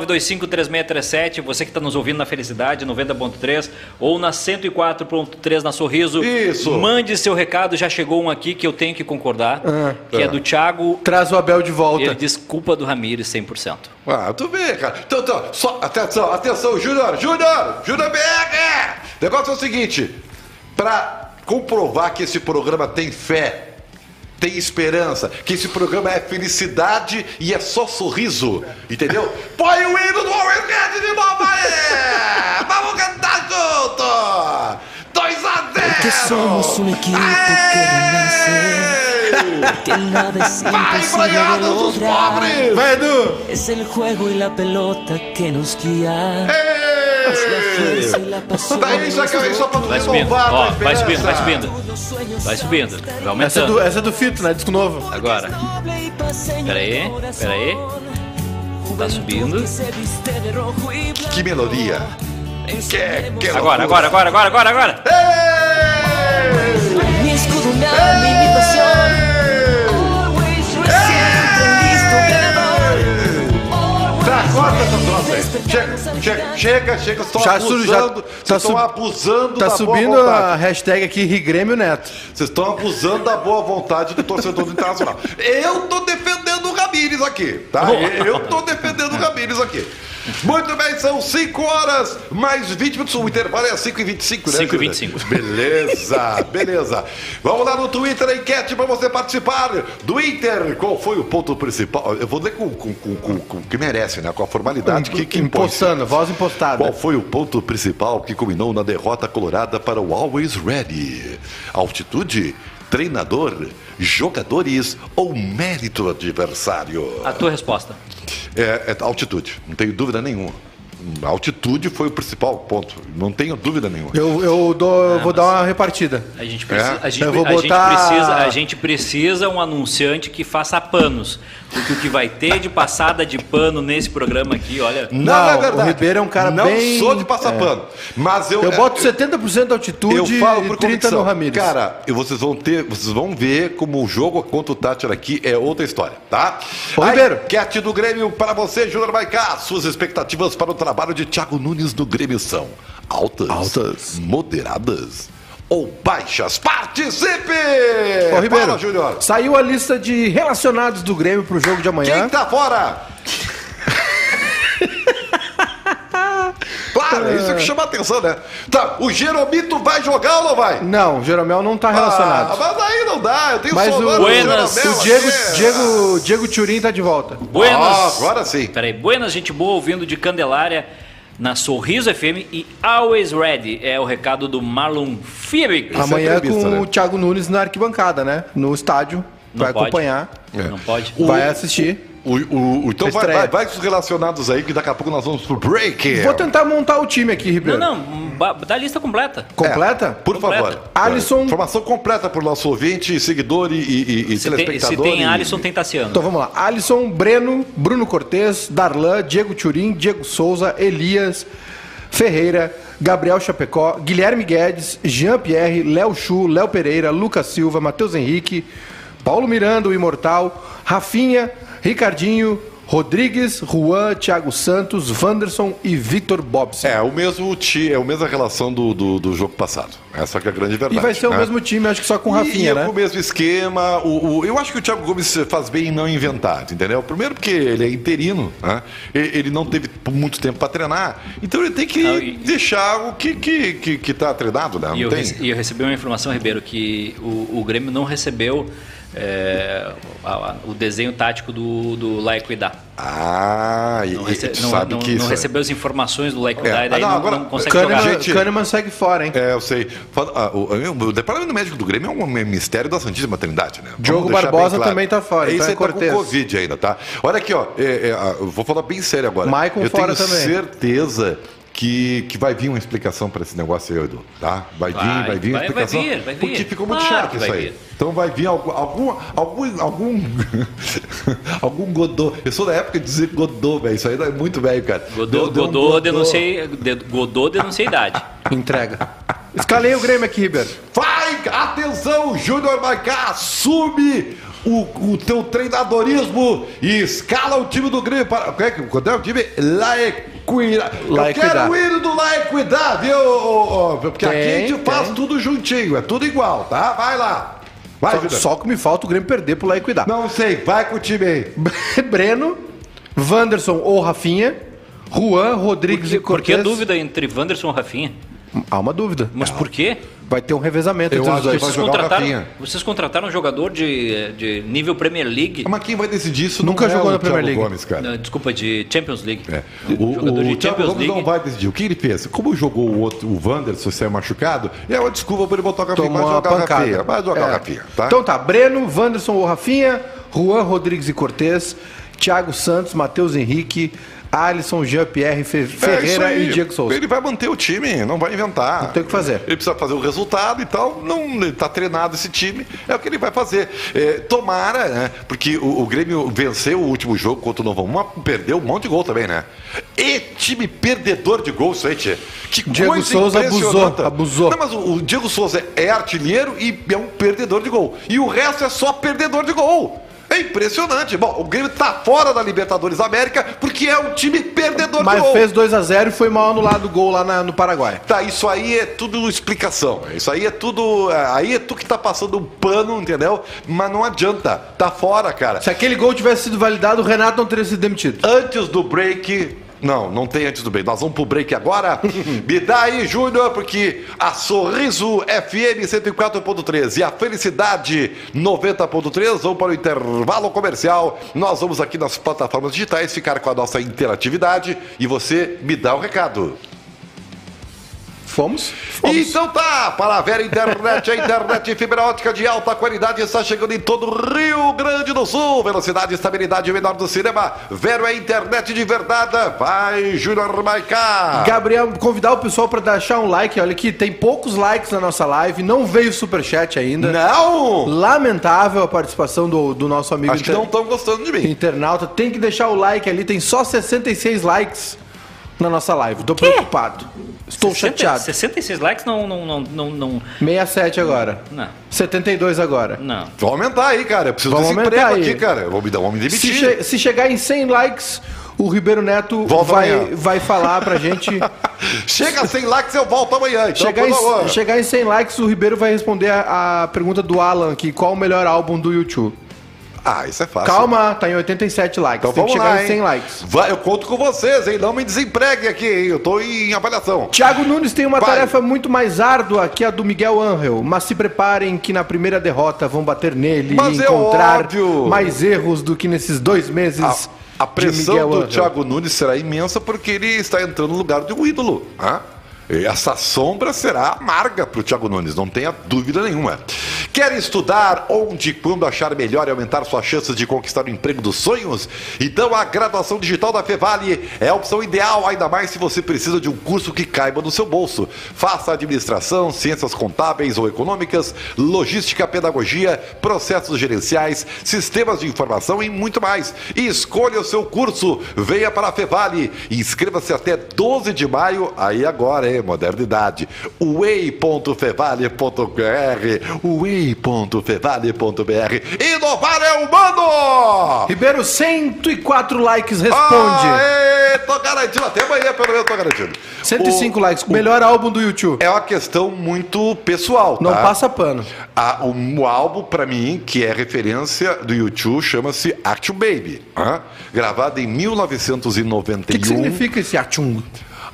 S3: 989253637, você que está nos ouvindo na Felicidade 90.3 ou na 104.3 na Sorriso.
S1: Isso.
S3: Mande seu recado, já chegou um aqui que eu tenho que concordar, que é, do Thiago.
S7: Traz o Abel de
S3: e Ele
S7: volta.
S3: diz culpa do Ramires 100%.
S1: Ah, tu vê, cara. Então, então, só, atenção, atenção, Júnior, Júnior, Júnior BR! O negócio é o seguinte, pra comprovar que esse programa tem fé, tem esperança, que esse programa é felicidade e é só sorriso, entendeu? Põe o hino do Always Red de novo aí! Vamos cantar junto! 2 a 0!
S4: Porque somos um equipo
S1: Aê!
S4: Que um nada es
S1: Vai,
S4: imposible de
S1: Braiados, os
S4: lograr.
S1: pobres! Vai,
S4: Es el juego y la pelota que nos guía. Es la fuerza y la pasión.
S1: Tá isso aqui, é só pra tu
S3: Vai subindo,
S1: renovar a tua
S3: ó, vai subindo, vai
S1: esperança.
S3: subindo.
S4: Todos los sueños
S3: Vai
S4: son
S3: subindo,
S4: estar
S3: vai
S7: Essa é, do,
S3: aumentando.
S7: essa é do Fito, né? Disco novo.
S1: Então
S3: Agora.
S4: noble y paseño
S3: Espera ahí,
S4: corazón.
S3: espera ahí. Está subiendo.
S4: Juventud que se viste de rojo y blanco.
S1: Que melodía.
S4: Encendemos
S1: que-
S3: Agora, agora, agora, agora, agora, agora.
S4: Mi escudo, una mi invitación. Always reciente, listo, ganador.
S1: Tá,
S4: Always
S1: corta essa
S4: ready,
S1: troça aí. Chega,
S4: despertamos
S1: chega,
S4: al
S1: chega, chega, estão
S7: Já su- já-
S1: abusando,
S7: tá
S1: vocês estão
S7: sub-
S1: abusando
S7: Tá
S1: da
S7: subindo
S1: boa
S7: a
S1: vontade.
S7: hashtag aqui Rigrêmio Neto.
S1: Vocês estão abusando da boa vontade do torcedor do Internacional. Eu tô defendendo o Ramires aqui, tá? Eu tô defendendo o Ramires aqui. Muito bem, são 5 horas, mais 20 minutos. O intervalo é 5 e 25, né?
S3: 5 e
S1: Júlia?
S3: 25.
S1: Beleza, beleza. Vamos lá no Twitter, a enquete para você participar do Inter. Qual foi o ponto principal? Eu vou ler com o com, com, com, com, que merece, né? Com a formalidade que, que impõe.
S7: Impostando, voz impostada.
S1: Qual foi o ponto principal que culminou na derrota colorada para o Always Ready? Altitude, treinador, jogadores ou mérito do adversário?
S3: A tua resposta.
S1: É, é altitude, não tenho dúvida nenhuma. A altitude foi o principal ponto, não tenho dúvida nenhuma.
S7: Eu, eu dou- eu vou dar uma repartida.
S3: A gente precisa,
S1: É?
S3: a gente,
S7: Eu vou
S3: a gente
S7: botar-
S3: precisa, a gente precisa um anunciante que faça panos, porque o que vai ter de passada de pano nesse programa aqui, olha.
S7: Não, o Ribeiro é um cara
S1: não
S7: bem-
S1: sou de passar
S7: é.
S1: pano, mas eu é,
S7: Eu boto 70% de altitude
S1: eu falo por
S7: e 30
S1: convicção.
S7: no Ramírez.
S1: Cara, e vocês vão ter, vocês vão ver como o jogo contra o Tátira aqui é outra história, tá?
S7: Ô,
S1: A
S7: Ribeiro.
S1: Enquete do Grêmio para você, Júnior Maicá. Suas expectativas para o trabalho de Thiago Nunes do Grêmio são altas,
S7: Altas.
S1: moderadas ou baixas. Participe!
S7: Ô, Ribeiro,
S1: Fala, É, Júnior.
S7: saiu a lista de relacionados do Grêmio pro jogo de amanhã.
S1: Quem tá fora? claro, é isso que chama a atenção, né? Tá, o Jeromito vai jogar ou não vai?
S7: Não, Jeromel não tá
S1: Ah,
S7: relacionado.
S1: mas aí não dá, eu tenho
S7: Mas o,
S1: saudade do
S3: Buenas,
S1: Jeromel
S7: o Diego,
S1: aqui.
S7: Diego, Diego Turim tá de volta.
S3: Buenas. Tá.
S1: Ah, agora sim.
S3: Peraí, Buenas, gente boa, ouvindo de Candelária na Sorriso FM e Always Ready. É o recado do Marlon Fiebig.
S1: Isso é
S7: Amanhã com
S1: entrevista, né?
S7: o Thiago Nunes na arquibancada, né? No estádio.
S3: Não
S7: vai
S3: pode.
S7: acompanhar.
S1: é.
S3: Não pode.
S7: Vai assistir.
S1: O, o- o- então vai,
S7: Estreia.
S1: vai, vai com os relacionados aí, que daqui a pouco nós vamos pro break.
S7: Vou tentar montar o time aqui,
S3: Não,
S7: Ribeiro.
S3: não, É. ba- dá a lista completa.
S7: Completa?
S1: Por
S3: Completa.
S1: favor.
S7: Alisson-
S1: Informação completa pro nosso ouvinte, seguidor e, e, e
S3: Se tem, se
S1: telespectador.
S3: tem
S1: e-
S3: Alisson, tem Tassiano.
S7: Então vamos lá. Alisson, Breno, Bruno Cortez, Darlan, Diego Turim, Diego Souza, Elias, Ferreira, Gabriel Chapecó, Guilherme Guedes, Jean-Pierre, Léo Chu, Léo Pereira, Lucas Silva, Matheus Henrique, Paulo Miranda, o Imortal, Rafinha, Ricardinho, Rodrigues, Juan, Thiago Santos, Wanderson e Vitor Bobson.
S1: É, o mesmo ti, é a mesma relação do, do, do jogo passado. Essa que é a grande verdade.
S7: e vai ser o
S1: né?
S7: mesmo time, acho que só com Rafinha,
S1: e,
S7: né?
S1: com o mesmo esquema. O, o- eu acho que o Thiago Gomes faz bem em não inventar, entendeu? Primeiro porque ele é interino, né? E- ele, não teve muito tempo para treinar, então ele tem que
S3: Não, e-
S1: deixar o que que, que, que tá treinado, né? Não
S3: E eu,
S1: tem.
S3: rece- e eu recebi uma informação, Ribeiro, que o, o Grêmio não recebeu é, a- a- o desenho tático do, do Laiquidá.
S1: Ah, e,
S3: Não,
S1: e
S3: rece-
S1: tu
S3: não-
S1: sabe
S3: não-
S1: que
S3: não
S1: isso.
S3: recebeu as informações do Laiquidá
S1: É.
S3: e daí
S1: Ah, não,
S3: não,
S1: agora-
S3: não consegue
S7: Kahneman,
S3: jogar.
S1: Gente-
S7: Kahneman segue fora, hein?
S1: É, eu sei. Fala- ah, o, o departamento médico do Grêmio é um mistério da Santíssima Trindade, né? Vamos
S7: Diogo
S1: deixar bem
S7: Barbosa também tá fora,
S1: É,
S7: então
S1: Isso
S7: é
S1: aí tá com
S7: Cortez.
S1: Covid ainda, tá? Olha aqui, ó. é, é, ah, eu vou falar bem sério agora.
S7: Maicon
S1: eu
S7: fora
S1: tenho
S7: também.
S1: certeza que, que vai vir uma explicação para esse negócio aí, Edu. Tá? Vai vir, vai,
S3: Vai,
S1: vir uma
S3: vai- vai
S1: explicação.
S3: vir, vai vir.
S1: Porque ficou muito
S3: Claro
S1: chato
S3: que
S1: isso
S3: vai
S1: aí.
S3: vir.
S1: Então vai vir algum. Algum. Algum. Algum, algum Godô. Eu sou da época de dizer Godô, velho. Isso aí é muito velho, cara.
S3: Godô,
S1: Deu- deu um
S3: Godô, denunciei, de- Godô denuncia a idade.
S7: Entrega. Escalei o Grêmio aqui, Ribeiro.
S1: Vai, atenção, Júnior Maicá, assume o, o teu treinadorismo e escala o time do Grêmio para. Qual é, que- qual é o time? Laequira. Eu
S7: Laequidá.
S1: quero o hino do Laequidá, viu? ô, ô, porque aqui a
S7: Tem,
S1: gente faz
S7: tem.
S1: tudo juntinho, é tudo igual, tá? Vai lá. Vai,
S7: Só,
S1: Júnior.
S7: só que me falta o Grêmio perder pro Laiquidá.
S1: Não sei, vai com o time aí.
S7: Breno, Wanderson ou Rafinha, Juan, Rodrigues e
S3: Por que
S7: Cortez.
S3: a dúvida entre Wanderson e Rafinha?
S7: Há uma dúvida.
S3: Mas por quê?
S7: Vai ter um revezamento
S1: Eu
S7: entre os
S1: acho que
S7: dois.
S1: vai
S3: Vocês
S1: jogar o
S3: contrataram,
S1: Rafinha.
S3: vocês contrataram um jogador de, de nível Premier League,
S1: Mas quem vai decidir isso
S7: Nunca
S1: não
S7: jogou
S1: é
S7: na
S1: o
S7: Premier
S1: Thiago
S7: League.
S1: Gomes, cara.
S3: não, desculpa, de Champions League.
S1: É. O,
S3: Um jogador
S1: o,
S3: de
S1: o Thiago
S3: Champions
S1: Gomes
S3: League.
S1: não vai decidir. O que ele fez? Como jogou o outro, o Wanderson, se é machucado, é uma desculpa para ele botar o Rafinha.
S7: Tomou
S1: Vai
S7: uma
S1: jogar o Rafinha,
S7: pancada.
S1: vai jogar o
S7: É.
S1: Rafinha, tá?
S7: Então tá, Breno, Wanderson ou Rafinha, Juan, Rodrigues e Cortez, Thiago Santos, Matheus Henrique, Alisson, Jean-Pierre, Fe-
S1: É isso
S7: Ferreira
S1: aí.
S7: e Diego Souza.
S1: Ele vai manter o time, não vai inventar.
S7: Não tem o que fazer.
S1: Ele precisa fazer o resultado e tal. Não está treinado esse time, é o que ele vai fazer. É, tomara, né? Porque o, o Grêmio venceu o último jogo contra o Novo Mundo, mas perdeu um monte de gol também, né? E time perdedor de gol, isso aí, tchê. Que
S7: Diego
S1: coisa
S7: Souza
S1: impressionante.
S7: abusou, abusou.
S1: Não, mas o, o Diego Souza é artilheiro e é um perdedor de gol. E o resto é só perdedor de gol. É impressionante. Bom, o Grêmio tá fora da Libertadores América porque é um time perdedor de
S7: Mas
S1: gol.
S7: fez 2x0 e foi mal anulado o gol lá na- no Paraguai.
S1: Tá, isso aí é tudo explicação. Isso aí é tudo. é, Aí é tu que tá passando um pano, entendeu? Mas não adianta. Tá fora, cara.
S7: Se aquele gol tivesse sido validado, o Renato não teria sido demitido.
S1: Antes do break. Não, não tem antes do break. Nós vamos pro break agora. Me dá aí, Júnior, porque a Sorriso FM 104.3 e a Felicidade 90.3 vão para o intervalo comercial. Nós vamos aqui nas plataformas digitais ficar com a nossa interatividade e você me dá o recado.
S7: Fomos? Fomos.
S1: Então tá, para a Vera Internet, a internet fibra ótica de alta qualidade está chegando em todo o Rio Grande do Sul. Velocidade e estabilidade menor do cinema. Vero é internet de verdade. Vai, Júnior Maicá.
S7: Gabriel, convidar o pessoal pra deixar um like. Olha aqui, tem poucos likes na nossa live, não veio superchat ainda.
S1: Não!
S7: Lamentável a participação do, do nosso amigo
S1: Acho que não estão gostando de mim.
S7: internauta. Tem que deixar o like ali, tem só 66 likes na nossa live. Tô preocupado. Estou
S3: 60
S7: chateado.
S3: 66 likes não. Não. Não. Não. Não.
S7: 67 agora.
S3: Não.
S7: 72 agora.
S3: não.
S1: Vou aumentar aí, cara. Eu preciso
S7: Vamos
S1: desse
S7: aumentar
S1: emprego
S7: aí.
S1: é aqui, cara. Vou me dar, vou me
S7: Se,
S1: demitir.
S7: che- se chegar em 100 likes, O Ribeiro Neto
S1: Volta
S7: vai,
S1: amanhã.
S7: vai falar pra gente.
S1: Chega sem likes, eu volto amanhã. Então,
S7: chegar,
S1: por favor.
S7: em, chegar em 100 likes, o Ribeiro vai responder a, a pergunta do Alan aqui: qual o melhor álbum do YouTube?
S1: Ah, isso é fácil.
S7: Calma, tá em 87 likes.
S1: Então
S7: Tem que
S1: vamos
S7: chegar
S1: lá,
S7: em
S1: hein?
S7: 100 likes.
S1: Vai, eu conto com vocês, hein? Não me desempreguem aqui, hein? Eu tô em avaliação.
S7: Thiago Nunes tem uma
S1: Vai.
S7: tarefa muito mais árdua que a do Miguel Angel, mas se preparem que na primeira derrota vão bater nele
S1: Mas
S7: e
S1: é
S7: encontrar
S1: óbvio.
S7: mais erros do que nesses dois meses
S1: A, a
S7: de
S1: pressão
S7: Miguel
S1: do
S7: Angel.
S1: Thiago Nunes será imensa porque ele está entrando no lugar de um ídolo. Né? E Essa sombra será amarga para o Thiago Nunes, não tenha dúvida nenhuma. Quer estudar onde e quando achar melhor e aumentar suas chances de conquistar o emprego dos sonhos? Então a graduação digital da Fevale é a opção ideal, ainda mais se você precisa de um curso que caiba no seu bolso. Faça administração, ciências contábeis ou econômicas, logística, pedagogia, processos gerenciais, sistemas de informação e muito mais. E escolha o seu curso. Venha para a Fevale. Inscreva-se até 12 de maio. Aí agora, hein? Modernidade. way.fevale.br way.fevale.br Inovar é humano!
S7: Ribeiro, 104 likes, responde.
S1: Ah, Aê, tô garantido. Até amanhã, pelo menos, tô garantido. é.
S7: 105
S1: O-
S7: likes, melhor álbum do YouTube.
S1: É uma questão muito pessoal,
S7: Não
S1: tá?
S7: passa pano.
S1: Ah, um álbum, pra mim, que é referência do YouTube, chama-se Action Baby. hã? Gravado em 1991.
S7: O que, que significa esse achung?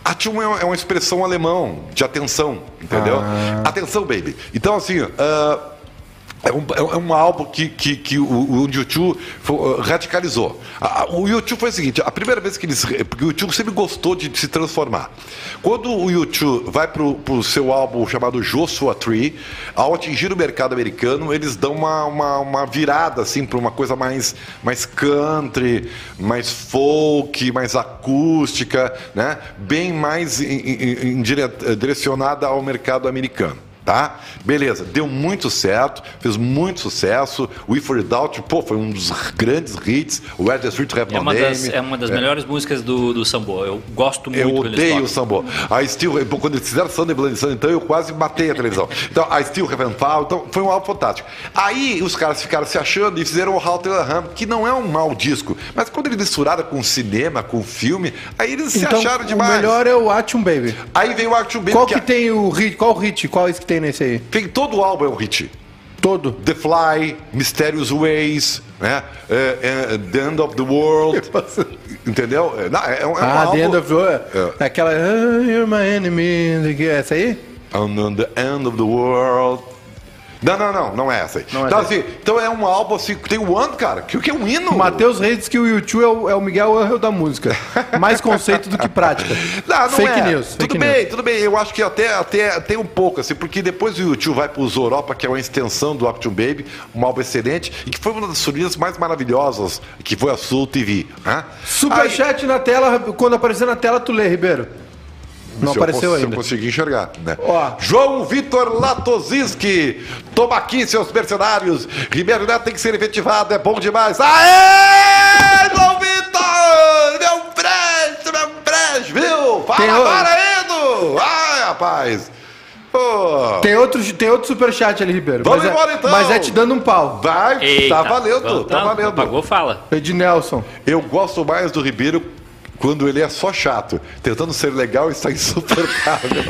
S1: Action um. é uma- é uma expressão alemão de atenção, entendeu? Atenção, baby. Então, assim, ah, é, um, é um- é um álbum que, que, que o, o YouTube fo- ah, radicalizou. A- a- o YouTube foi o seguinte: a primeira vez que eles. Porque o YouTube sempre gostou de, se transformar. Quando o YouTube vai pro, pro seu álbum chamado Joshua Tree, ao atingir o mercado americano, eles dão uma, uma, uma virada, assim, pra uma coisa mais, mais country, mais folk, mais acústica, né? Bem mais em- em- em- dire- eh, direcionada ao mercado americano. Tá? Beleza, deu muito certo, fez muito sucesso. O If For Doubt, pô, foi um dos grandes hits. O Where the Street Have
S3: É
S1: No
S3: uma das,
S1: Name.
S3: é uma das melhores músicas do, do Sambo. Eu gosto muito
S1: Eu
S3: quando eles
S1: odeio
S3: tocam.
S1: o sambô. A Steel, pô, quando eles fizeram Sunday Bloody Sunday, então eu quase matei a televisão. Então, a Steel Heaven Fall, então foi um álbum fantástico. Aí os caras ficaram se achando e fizeram o How to Ham, que não é um mau disco, mas quando eles misturaram com cinema, com filme, aí eles se acharam demais.
S7: Então, o melhor é o Achung Baby.
S1: Aí veio o Action Baby,
S7: Qual
S1: que, é-
S7: que tem o hit? Qual o hit? Qual esse que tem nesse aí?
S1: tem todo o álbum é um hit.
S7: Todo.
S1: The Fly, Mysterious Ways, né? É, é, the End of the World. Entendeu? É, não, é, é um
S7: Ah,
S1: álbum-
S7: The End of the World. É. Aquela. "Ah, You're my enemy. não sei o quê. É essa aí?
S1: On, on Oh, the End of the World. Não, não, não, não é essa aí.
S7: é
S1: então,
S7: essa.
S1: assim, então é um álbum assim, que tem o ano, cara, que, que é um hino.
S7: Matheus Reis diz que o YouTube é o, é o Miguel Angel da música. Mais conceito do que prática.
S1: Não, não
S7: fake
S1: é.
S7: news.
S1: Tudo
S7: fake
S1: bem,
S7: news.
S1: tudo bem. Eu acho que até, até, até um pouco, assim, porque depois o YouTube vai pro Zoropa, que é uma extensão do Action Baby, um álbum excelente, e que foi uma das subidas mais maravilhosas, que foi a Soul TV. Né? Aí-
S7: Superchat na tela. Quando aparecer na tela, tu lê, Ribeiro. Não
S1: Se eu
S7: apareceu
S1: cons- Se
S7: ainda.
S1: eu consegui enxergar, né?
S7: Ó.
S1: João Vitor Latozinski. Toma aqui, seus mercenários. Ribeiro Neto tem que ser efetivado, é bom demais. Aê, João Vitor! Meu brejo, meu brejo, viu? Fala,
S7: Tem o-
S1: para, Edu! Ai, rapaz. Pô.
S7: Tem outro, tem outro superchat ali, Ribeiro.
S1: Vamos
S7: mas é-
S1: embora, então.
S7: Mas é te dando um pau.
S1: Vai,
S3: Eita,
S1: tá valendo,
S3: vamos-
S1: tá
S3: não,
S1: valendo.
S3: Pagou, fala.
S7: Ednelson.
S1: Eu gosto mais do Ribeiro quando ele é só chato. Tentando ser legal está insuportável.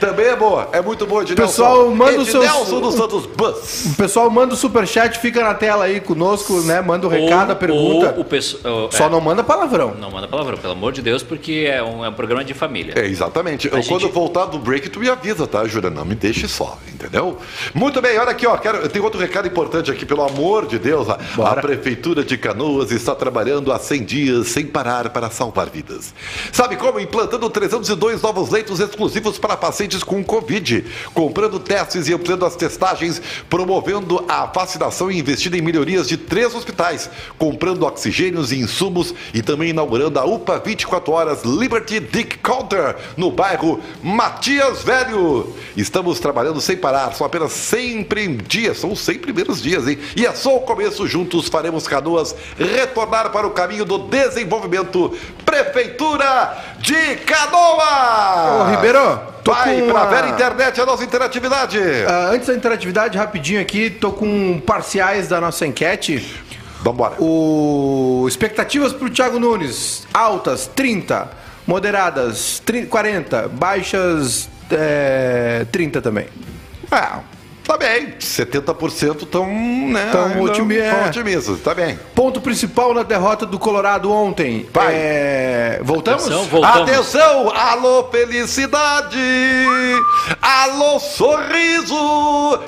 S1: Também é boa, é muito boa, Ednelson.
S7: Pessoal, manda os seus-
S1: Ednelson dos Santos Bus.
S7: O pessoal manda o superchat, fica na tela aí conosco, né? Manda o recado, a
S3: Ou-
S7: pergunta.
S3: ou o pessoal- é,
S7: Só não manda palavrão.
S3: não manda palavrão, pelo amor de Deus, porque é um, é um programa de família.
S1: É, exatamente. Eu,
S3: gente-
S1: Quando eu voltar do break, tu me avisa, tá, Jura? Não me deixe só, entendeu? Muito bem, olha aqui, ó. Quero, tem outro recado importante aqui, pelo amor de Deus. A, a Prefeitura de Canoas está trabalhando há 100 dias sem parar para salvar vidas. Sabe como? Implantando 302 novos leitos exclusivos para pacientes com Covid, comprando testes e ampliando as testagens, promovendo a vacinação e investindo em melhorias de três hospitais, comprando oxigênios e insumos e também inaugurando a UPA 24 horas Liberty Dick Counter no bairro Matias Velho. Estamos trabalhando sem parar, são apenas 100 prim- dias, são os 100 primeiros dias, hein? E é só o começo, juntos faremos Canoas retornar para o caminho do desenvolvimento. Prefeitura de Canoas!
S7: Ô, Ribeiro, tô
S1: vai
S7: com
S1: pra
S7: uma-
S1: velha internet, a nossa interatividade.
S7: Ah, antes da interatividade, rapidinho aqui, tô com parciais da nossa enquete.
S1: Vambora.
S7: O... Expectativas pro Thiago Nunes. Altas, 30. Moderadas, 30, 40. Baixas, é, 30 também.
S1: Ah, tá bem. 70% estão, né?
S7: Tão
S1: ainda
S7: otimi-
S1: tão
S7: é.
S1: otimistas. Tá bem.
S7: Ponto principal na derrota do Colorado ontem.
S1: Vai.
S7: É, Voltamos?
S3: Atenção, voltamos.
S1: Atenção! Alô, felicidade! Alô, sorriso!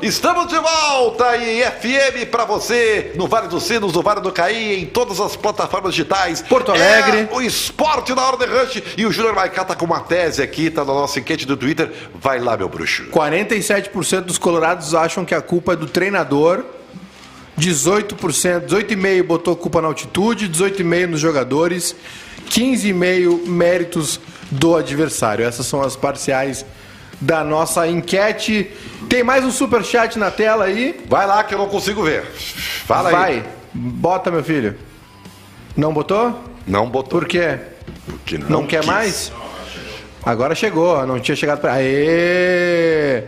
S1: Estamos de volta em FM pra você, no Vale dos Sinos, no Vale do Caí, em todas as plataformas digitais.
S7: Porto Alegre.
S1: É o esporte na hora do rush. E o Júnior Maicá tá com uma tese aqui, tá na nossa enquete do Twitter. Vai lá, meu bruxo.
S7: 47% dos colorados acham que a culpa é do treinador. 18%, 18,5% botou culpa na altitude, 18,5% nos jogadores, 15,5% méritos do adversário. Essas são as parciais da nossa enquete. Tem mais um superchat na tela aí.
S1: Vai lá que eu não consigo ver. Fala
S7: Vai,
S1: aí.
S7: bota, meu filho. Não botou?
S1: Não botou.
S7: Por quê?
S1: Porque
S7: Não, quer
S1: quis.
S7: mais? Agora chegou, não tinha chegado pra. Aê!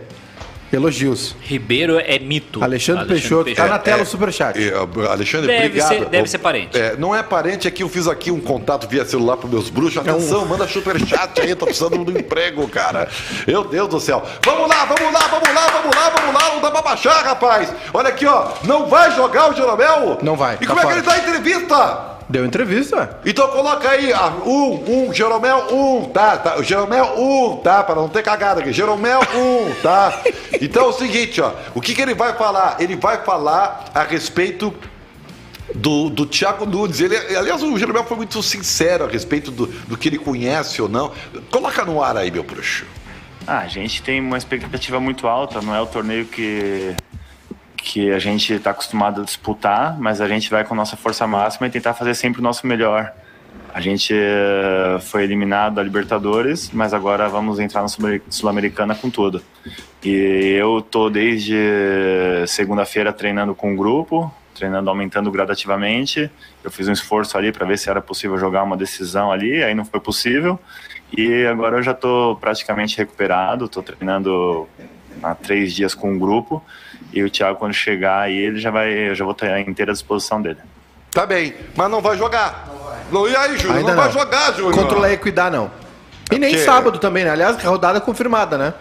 S7: Elogios.
S3: Ribeiro é mito.
S7: Alexandre, Peixoto, tá na tela o superchat.
S1: E, ah, Alexandre,
S3: Deve
S1: obrigado.
S3: ser- deve ser parente.
S1: É, não é parente, é que eu fiz aqui um contato via celular pros meus bruxos.
S7: É um-
S1: Atenção, manda superchat aí, tô precisando do emprego, cara. Meu Deus do céu. Vamos lá, vamos lá, vamos lá, vamos lá, vamos lá. Não dá pra baixar, rapaz. Olha aqui, ó. Não vai jogar o Jeromel?
S7: Não vai,
S1: E
S7: tá
S1: como é
S7: fora.
S1: que ele dá a entrevista?
S7: Deu entrevista.
S1: Então coloca aí, ah, um, um, Jeromel, um, tá, tá, Jeromel, um, tá, para não ter cagada aqui, Jeromel, um, tá. Então é o seguinte, ó, o que que ele vai falar? Ele vai falar a respeito do, do Thiago Nunes. Ele, aliás, o Jeromel foi muito sincero a respeito do, do que ele conhece ou não. Coloca no ar aí, meu bruxo.
S8: Ah, a gente tem uma expectativa muito alta, não é o torneio que, que a gente está acostumado a disputar, mas a gente vai com nossa força máxima e tentar fazer sempre o nosso melhor. A gente eh, foi eliminado da Libertadores, mas agora vamos entrar na Sul- Sul-Americana com tudo. E eu tô desde segunda-feira treinando com o grupo, treinando aumentando gradativamente. Eu fiz um esforço ali para ver se era possível jogar uma decisão ali, aí não foi possível. E agora eu já estou praticamente recuperado, estou treinando há três dias com o grupo. E o Thiago, quando chegar aí, ele já vai, eu já vou estar inteira à disposição dele.
S1: Tá bem, mas não vai jogar. Não, e aí, Júnior?
S7: Ainda
S1: Não, vai jogar, Júnior. É
S7: Contra o La Equidad, não. E nem
S1: Porque-
S7: sábado também, né? Aliás, rodada confirmada, né?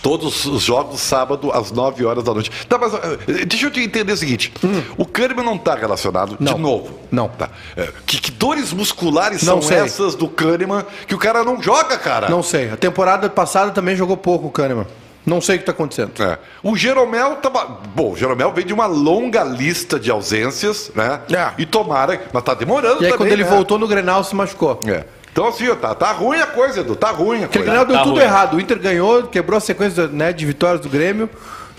S1: Todos os jogos sábado às 9 horas da noite. Tá, mas eh, deixa eu te entender o seguinte: o Kahneman não está relacionado
S7: Hum. Não.
S1: de novo.
S7: Não.
S1: Tá. Eh, Que, que dores musculares
S7: Não
S1: são
S7: sei.
S1: essas do Kahneman que o cara não joga, cara?
S7: Não sei. A temporada passada também jogou pouco o Kahneman. Não sei o que tá acontecendo.
S1: É. O Jeromel tava. Bom, o Jeromel vem de uma longa lista de ausências, né?
S7: É.
S1: E tomara. Mas tá demorando
S7: E aí,
S1: também,
S7: quando ele
S1: né?
S7: voltou no Grenal, se machucou.
S1: É. Então, assim, ó, tá, tá ruim a coisa, Edu. Tá ruim a
S7: Porque o
S1: coisa.
S7: Grenal deu
S3: Tá
S7: tudo
S3: ruim.
S7: errado. O Inter ganhou, quebrou a sequência né, de vitórias do Grêmio,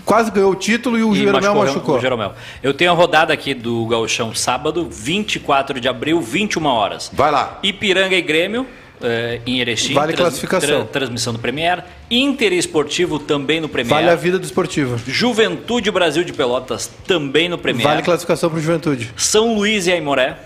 S7: quase ganhou o título e o
S3: E
S7: Jeromel machucou.
S3: O Jeromel. Eu tenho a rodada aqui do Gauchão sábado, 24 de abril, 21 horas.
S1: Vai lá.
S3: Ipiranga e Grêmio. eh, em Erechim,
S7: Vale classificação.
S3: transmissão do Premier, Inter e Esportivo também no Premier,
S7: Vale a vida do esportivo.
S3: Juventude Brasil de Pelotas também no Premier,
S7: Vale classificação pro Juventude.
S3: São Luís e Aimoré,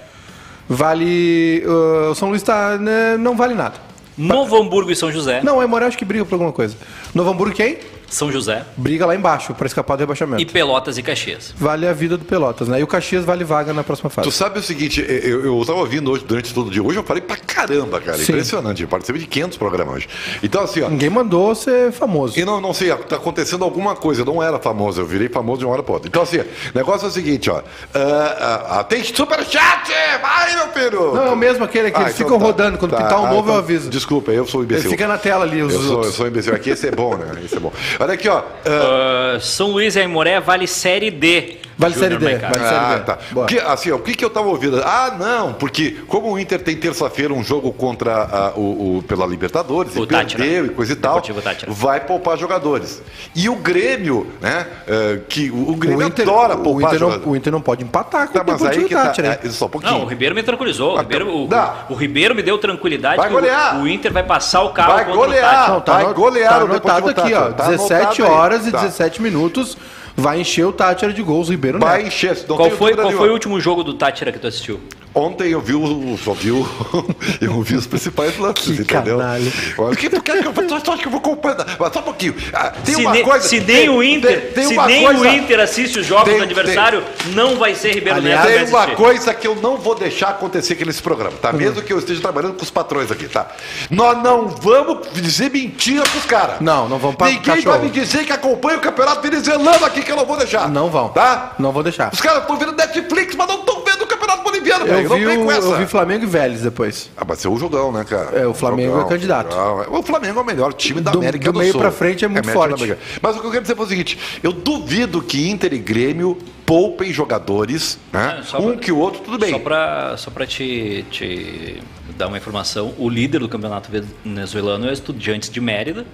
S7: Vale. uh, o São Luís tá. né, não vale nada.
S3: Novo Hamburgo e São José,
S7: Não, é Morel acho que briga por alguma coisa. Novo Hamburgo quem?
S3: São José
S7: Briga lá embaixo pra escapar do rebaixamento.
S3: e Pelotas e Caxias.
S7: Vale a vida do Pelotas, né? E o Caxias vale vaga na próxima
S1: Tu
S7: fase.
S1: sabe o seguinte, é, eu, eu tava ouvindo hoje, durante todo o dia. Hoje eu falei pra caramba, cara.
S7: Sim.
S1: Impressionante. Eu participei de 500 programas hoje. Então, assim, ó.
S7: Ninguém mandou ser famoso.
S1: E não, não sei, tá acontecendo alguma coisa. Eu não era famoso, eu virei famoso de uma hora pra outra. Então, assim, o negócio é o seguinte, ó. Ah, ah, ah, tem superchat! Vai, meu filho!
S7: Não, é o mesmo aquele que
S1: Ah,
S7: eles
S1: então
S7: ficam
S1: tá.
S7: rodando. Quando
S1: Tá,
S7: pintar um
S1: ah,
S7: novo,
S1: então,
S7: eu aviso.
S1: Desculpa, eu sou um
S7: Ele
S1: imbecil.
S7: fica na tela ali, os
S1: eu, sou, eu
S7: outros.
S1: sou um imbecil. Aqui esse é bom, né? Esse é bom. Olha aqui, ó. ah,
S3: Ah, São Luís e Aimoré vale Série D.
S7: Vale Série
S3: Júnior
S7: D,
S3: Maicá.
S7: vale. Série
S1: Ah,
S7: B.
S1: tá.
S7: Bora.
S1: O que- assim, ó, o que, que eu tava ouvindo? Ah, não, porque como o Inter tem terça-feira um jogo contra a- o, o- pela Libertadores,
S3: O
S1: e
S3: Tátira.
S1: perdeu e coisa e tal,
S3: Deportivo Tátira.
S1: vai poupar jogadores. E o Grêmio, né? eh, que o, o Grêmio
S7: O Inter,
S1: adora
S7: o,
S1: poupar
S7: Inter não,
S1: jogadores.
S7: o Inter não pode empatar com
S1: Tá,
S7: o
S1: mas aí
S7: Deportivo
S1: que tá.
S7: Tátira, hein?
S1: é, só um pouquinho.
S3: Não, o Ribeiro me tranquilizou. O
S1: Mas
S3: Ribeiro, o-
S1: dá.
S3: o Ribeiro me deu tranquilidade
S1: Vai
S3: que o-
S1: golear.
S3: o, Inter vai passar o carro
S1: Vai
S3: contra
S1: golear.
S3: o Tati.
S1: Não, tá
S7: ano-
S1: goleado
S7: tá
S1: o Deportivo
S7: anotado aqui, ó.
S1: Tátira. Tá
S7: 17
S1: anotado aí.
S7: horas e
S1: Tá.
S7: 17 minutos. Vai encher o Tátira de gols, Ribeiro
S1: Vai
S7: Neto.
S1: encher. não
S3: Qual
S1: tenho
S3: foi,
S1: dúvida
S3: qual
S1: nenhuma.
S3: foi o último jogo do Tátira que tu assistiu?
S1: Ontem eu vi o. Só vi o- eu vi os principais lances,
S7: Que
S1: entendeu?
S7: canalha.
S1: Olha, que, tu quer que eu, tu acha que eu vou comprar. Mas só um pouquinho. Ah, tem
S3: se,
S1: uma
S3: ne-
S1: coisa.
S3: se nem o Inter,
S1: tem- tem
S3: se
S1: uma
S3: nem
S1: coisa-
S3: o Inter assiste os jogos
S1: Tem-
S3: do adversário, não vai ser Ribeiro
S1: Aliás,
S3: Neto que vai
S1: tem uma
S3: assistir.
S1: coisa que eu não vou deixar acontecer aqui nesse programa,
S7: Uhum.
S1: tá? Mesmo que eu esteja trabalhando com os patrões aqui, tá? Nós não vamos dizer mentira pros caras.
S7: Não, não vamos pra
S1: Ninguém
S7: cachorro.
S1: vai me dizer que acompanha o campeonato venezuelano aqui que eu não vou deixar.
S7: Não vão.
S1: Tá?
S7: Não vou deixar.
S1: Os caras estão vendo Netflix, mas não estão vendo o campeonato boliviano, velho.
S7: Eu
S1: Não
S7: vi,
S1: vem
S7: o,
S1: com essa.
S7: eu vi Flamengo e Vélez depois.
S1: Ah, mas é o jogão, né, cara?
S7: É, o Flamengo é candidato.
S1: jogão. O Flamengo é o melhor time da
S7: Do-
S1: América
S7: do
S1: do,
S7: meio
S1: Sul.
S7: pra frente é muito
S1: melhor time
S7: forte.
S1: da América. Mas o que eu quero dizer foi o seguinte: eu duvido que Inter e Grêmio poupem jogadores, né?
S3: É, só
S1: um
S3: pra-
S1: que o outro, tudo bem.
S3: Só pra, só pra te, te dar uma informação, o líder do campeonato venezuelano é o Estudiantes de Mérida.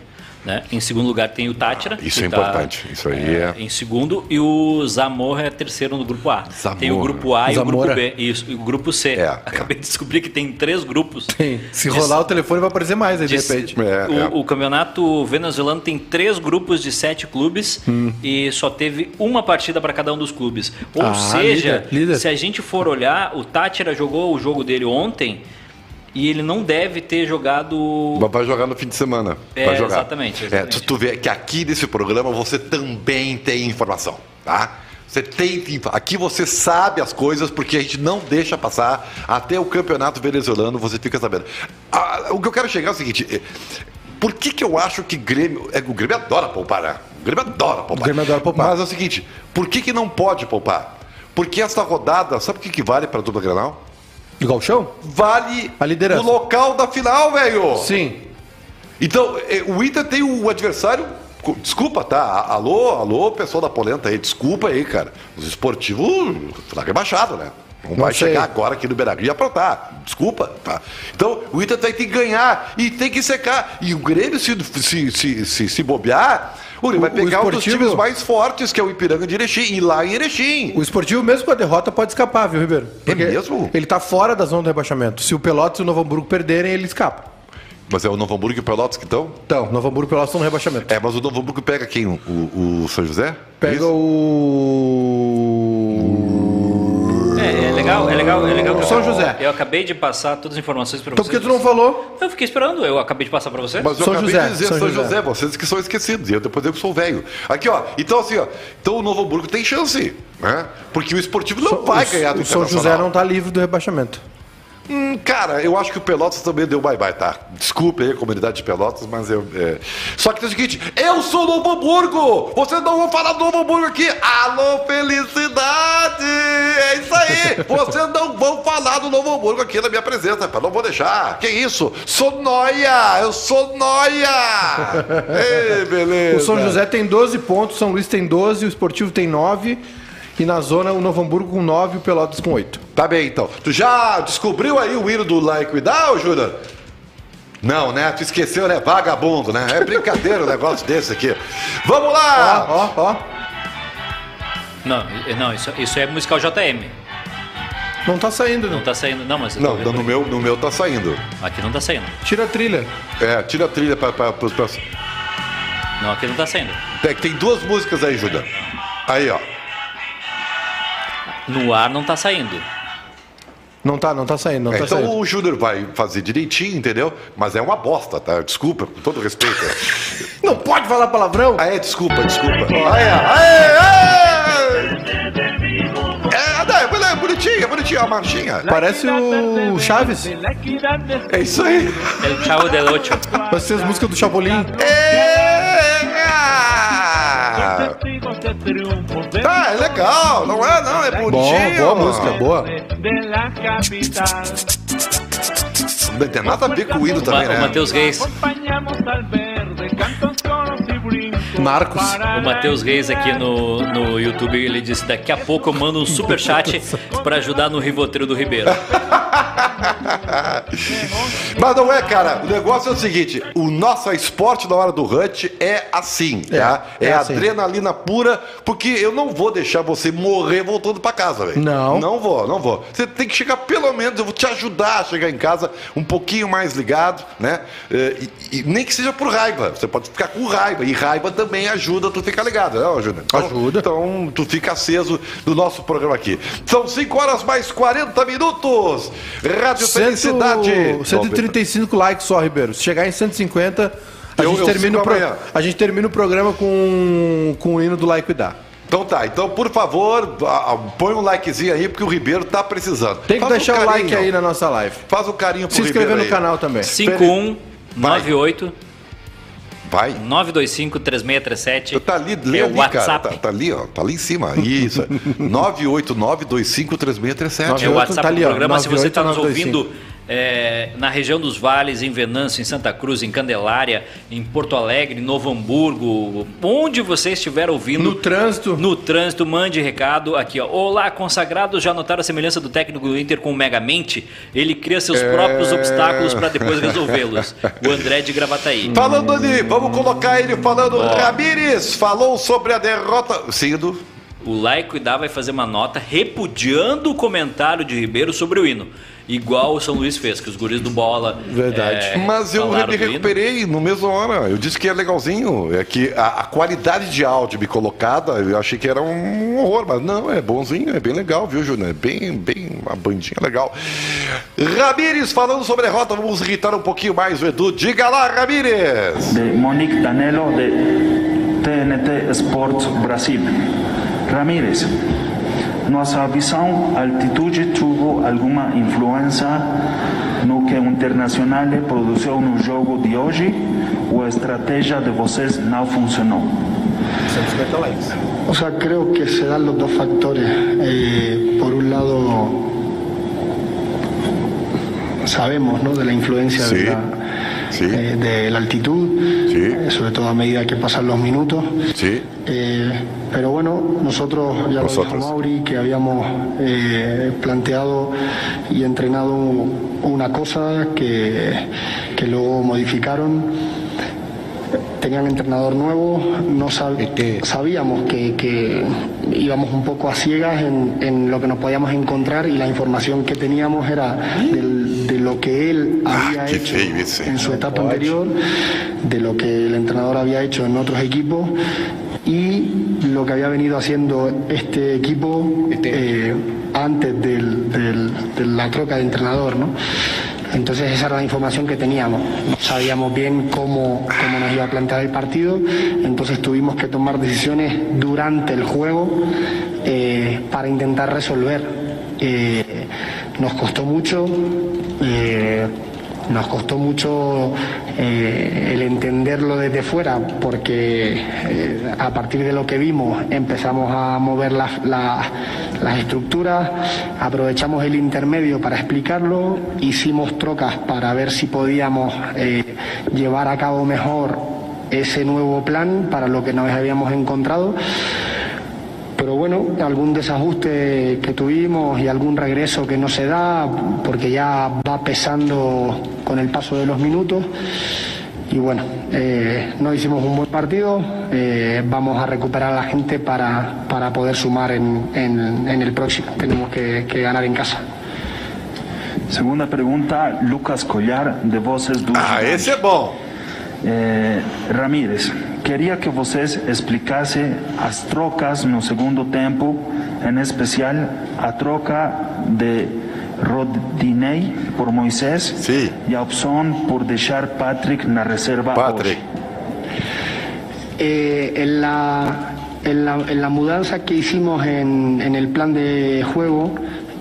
S3: Né? Em segundo lugar tem o Tátira.
S1: Isso
S3: que tá,
S1: é importante, isso aí é-
S3: Em segundo, e o Zamora é terceiro no grupo A.
S1: Zamora.
S3: Tem o grupo A e
S7: Zamora.
S3: o grupo B. Isso, e o grupo C.
S1: É,
S3: Acabei de descobrir que tem três grupos.
S7: Se rolar o telefone vai aparecer mais aí, de
S3: Diz-
S7: repente.
S1: É,
S3: o,
S1: é.
S3: o campeonato venezuelano tem três grupos de sete clubes
S1: Hum.
S3: e só teve uma partida para cada um dos clubes. Ou
S7: Ah,
S3: seja,
S7: líder, líder.
S3: se a gente for olhar, o Tátira jogou o jogo dele ontem e ele não deve ter jogado.
S1: Mas vai jogar no fim de semana.
S3: É,
S1: vai jogar.
S3: exatamente,
S1: É,
S3: exatamente.
S1: tu, tu vê que aqui nesse programa você também tem informação, tá? Você tem info- aqui você sabe as coisas porque a gente não deixa passar até o campeonato venezuelano você fica sabendo. Ah, o que eu quero chegar é o seguinte: eh, por que, que eu acho que Grêmio é, o Grêmio adora poupar? Né? O Grêmio adora poupar.
S7: O Grêmio adora poupar.
S1: Mas é o seguinte: por que que não pode poupar? Porque essa rodada, sabe o que, que vale para a dupla Granal?
S7: Do Galchão?
S1: Vale
S7: A liderança.
S1: o local da final, velho.
S7: Sim.
S1: Então, eh, o Inter tem o adversário. co- Desculpa, tá? A- Alô, alô, pessoal da Polenta aí, desculpa aí, cara. Os esportivos, flag baixado, né? Não, vai
S7: sei.
S1: chegar agora aqui no Beira e aprontar. Desculpa, tá? Então, o Inter tem que ganhar e tem que secar. E o Grêmio, se, se, se, se, se bobear, o Grêmio vai
S7: O- o
S1: pegar um dos
S7: Esportivo-
S1: times mais fortes, que é o Ipiranga de Erechim, e lá em Erechim.
S7: O esportivo, mesmo com a derrota, pode escapar, viu, Ribeiro?
S1: É mesmo?
S7: Ele tá fora da zona do rebaixamento. Se o Pelotas e o Novo Hamburgo perderem, ele escapa.
S1: Mas é o Novo Hamburgo e o Pelotas que estão?
S7: Então, Novo Hamburgo e Pelotas estão no rebaixamento.
S1: É, mas o Novo Hamburgo pega quem? O, o- o São José? É
S7: Pega
S1: Isso?
S7: o.
S3: É, é legal, é legal, é legal.
S7: São José.
S3: Eu acabei de passar todas as informações para
S7: Então
S3: vocês.
S7: por que tu não falou?
S3: Eu fiquei esperando, eu acabei de passar para você.
S1: Mas eu
S7: São
S1: acabei
S7: José,
S1: de dizer
S7: São
S1: São,
S7: José.
S1: José. vocês que são esquecidos. E eu depois eu que sou velho. Aqui, ó. Então, assim, ó. Então o Novo Hamburgo tem chance, né? Porque o esportivo não vai
S7: o,
S1: ganhar do
S7: O São José não tá livre do rebaixamento.
S1: Hum, cara, eu acho que o Pelotas também deu bye-bye, tá? Desculpe aí, comunidade de Pelotas, mas eu... é. Só que tem o seguinte, eu sou o Novo Hamburgo! Vocês não vão falar do Novo Hamburgo aqui! Alô, felicidade! É isso aí! Vocês não vão falar do Novo Hamburgo aqui na minha presença, rapaz. Não vou deixar. Que isso? Sou noia! Eu sou noia! Ei, beleza!
S7: O São José tem 12 pontos, o São Luís tem 12, o Esportivo tem 9. E na zona, o Novo Hamburgo com 9 e o Pelotas com 8.
S1: Tá bem, então. Tu já descobriu aí o hino do Like Without, Júnior? Não, né? Tu esqueceu, né? Vagabundo, né? É brincadeira um negócio desse aqui. Vamos lá!
S7: Ó, ó, ó.
S3: Não, não, isso, isso é musical JM.
S7: Não tá saindo, não.
S3: Não tá saindo, não, mas eu tô
S1: Não,
S3: vendo
S1: no meu, no meu tá saindo.
S3: aqui não tá saindo.
S7: Tira a trilha.
S1: É, tira a trilha pra, pra, pros pros-
S3: Não, aqui não tá saindo.
S1: Tem, tem duas músicas aí, Júnior. Aí, ó.
S3: No ar não tá saindo.
S7: Não tá, não tá saindo, não
S1: É,
S7: tá
S1: então
S7: saindo.
S1: o Júnior vai fazer direitinho, entendeu? Mas é uma bosta, tá? Desculpa, com todo respeito.
S7: Não pode falar palavrão?
S1: Ah, é, desculpa, desculpa. Ah, é, ah, é, ah, é. É, não, é, bonitinho, é bonitinha, é bonitinha a marchinha.
S7: Parece o Chaves.
S1: É isso aí.
S3: El Chavo del Ocho.
S7: Parece as músicas do Chapolin.
S1: É Ah, é legal, não é? Não, é bonitinho.
S7: boa música, boa.
S1: Não tem nada a ver com o hino
S3: O, Ma
S1: também,
S3: o
S1: né?
S3: Matheus Reis.
S7: Marcos.
S3: O Matheus Reis aqui no, no YouTube, ele disse: daqui a pouco eu mando um superchat pra ajudar no Rivotril do Ribeiro.
S1: Mas não é, cara. O negócio é o seguinte: o nosso esporte na hora do Hunt é assim, tá? É,
S7: é assim.
S1: adrenalina pura, porque eu não vou deixar você morrer voltando pra casa, velho.
S7: Não.
S1: Não vou, não vou. Você tem que chegar, pelo menos, eu vou te ajudar a chegar em casa um pouquinho mais ligado, né? Eh, E, e nem que seja por raiva. Você pode ficar com raiva. E raiva também ajuda tu ficar ligado, né, Júnior? Então,
S7: Ajuda.
S1: Então, tu fica aceso do nosso programa aqui. São 5 horas mais 40 minutos. Rádio Felicidade.
S7: 135 likes só, Ribeiro. Se chegar em 150, a,
S1: Eu-
S7: gente,
S1: eu
S7: termina o
S1: sigo
S7: pro-
S1: amanhã.
S7: a gente termina o programa com, com o hino do like dá.
S1: Então tá, então por favor, a- a- põe um likezinho aí, porque o Ribeiro tá precisando.
S7: Tem que
S1: Faz um
S7: deixar o like
S1: carinho,
S7: aí na nossa live.
S1: Faz o carinho pro
S7: Se inscrever
S1: Ribeiro
S7: no
S1: aí.
S7: canal também.
S3: 5198
S1: Vai.
S3: 925 3637
S1: Tá ali, lê
S3: é o
S1: ali, cara.
S3: WhatsApp.
S1: Tá, tá ali, ó. Tá ali em cima. Isso. 989253637.
S3: É o
S7: 98,
S3: WhatsApp
S7: tá ali,
S3: do
S7: ó,
S3: programa. Se você está nos
S7: 98925.
S3: ouvindo é, na região dos vales, em Venâncio, em Santa Cruz, em Candelária, em Porto Alegre, em Novo Hamburgo, onde você estiver ouvindo.
S7: No trânsito.
S3: No trânsito, mande recado aqui, ó. Olá, consagrados, já notaram a semelhança do técnico do Inter com o Megamente? Ele cria seus
S1: É.
S3: próprios obstáculos para depois resolvê-los. O André de Gravataí.
S1: Falando ali, vamos colocar ele falando. Ramires falou sobre a derrota. Sido.
S3: O Laico Dá vai fazer uma nota repudiando o comentário de Ribeiro sobre o hino. Igual o São Luís fez, que os guris do bola.
S7: Verdade.
S3: é,
S1: Mas eu
S3: falaram
S1: me
S3: do hino.
S1: recuperei no mesmo hora. Eu disse que é legalzinho. É que a, a qualidade de áudio me colocada, eu achei que era um horror, mas não, é bonzinho, é bem legal, viu, Júnior? É bem, bem, uma bandinha legal. Ramires falando sobre a rota, vamos irritar um pouquinho mais o Edu. Diga lá, Ramires!
S5: de Monique Danello de TNT Sports Brasil. Ramírez, nossa visão altitude tuvo alguma influência no que o Internacional produziu no jogo de hoje ou a estratégia de vocês não funcionou?
S9: O sea, creo que se dan los dos factores. Eh, por un lado, sabemos ¿no? de la influencia
S1: Sí,
S9: de, la,
S1: sí.
S9: eh, de la altitud,
S1: Sí.
S9: eh, sobre todo a medida que pasan los minutos.
S1: Sim.
S9: Eh, pero bueno, nosotros, ya
S1: Nosotros.
S9: lo dijo Mauri, que habíamos eh, planteado y entrenado una cosa que, que luego modificaron. Tenían entrenador nuevo, no sab- sabíamos que, que íbamos un poco a ciegas en, en lo que nos podíamos encontrar y la información que teníamos era del- de lo que él
S1: Ah,
S9: había
S1: qué
S9: hecho
S1: feo ese.
S9: en su etapa anterior, de lo que el entrenador había hecho en otros equipos y lo que había venido haciendo este equipo eh, antes del- del- de la troca de entrenador, ¿no? Entonces esa era la información que teníamos. No sabíamos bien cómo, cómo nos iba a plantear el partido, entonces tuvimos que tomar decisiones durante el juego eh, para intentar resolver. Eh, nos costó mucho, eh, nos costó mucho eh, el entenderlo desde fuera, porque eh, a partir de lo que vimos empezamos a mover las, las- las estructuras, aprovechamos el intermedio para explicarlo, hicimos trocas para ver si podíamos eh, llevar a cabo mejor ese nuevo plan para lo que nos habíamos encontrado. Pero bueno, algún desajuste que tuvimos y algún regreso que no se da, porque ya va pesando con el paso de los minutos. Y bueno, eh, no hicimos un buen partido, eh, vamos a recuperar a la gente para, para poder sumar en, en- en el próximo. Tenemos que- que ganar en casa.
S5: Segunda pergunta, Lucas Collar, de Voces do
S1: Ah,
S5: Gigante.
S1: esse é bom.
S5: Eh, Ramírez, quería que vocês explicasse as trocas no segundo tempo, en especial a troca de Rodinei por Moisés
S1: Sí.
S5: e a opção por deixar Patrick na reserva.
S1: Patrick.
S5: hoje.
S9: Eh, en, la, en, la, en la mudanza que hicimos en, en el plan de juego,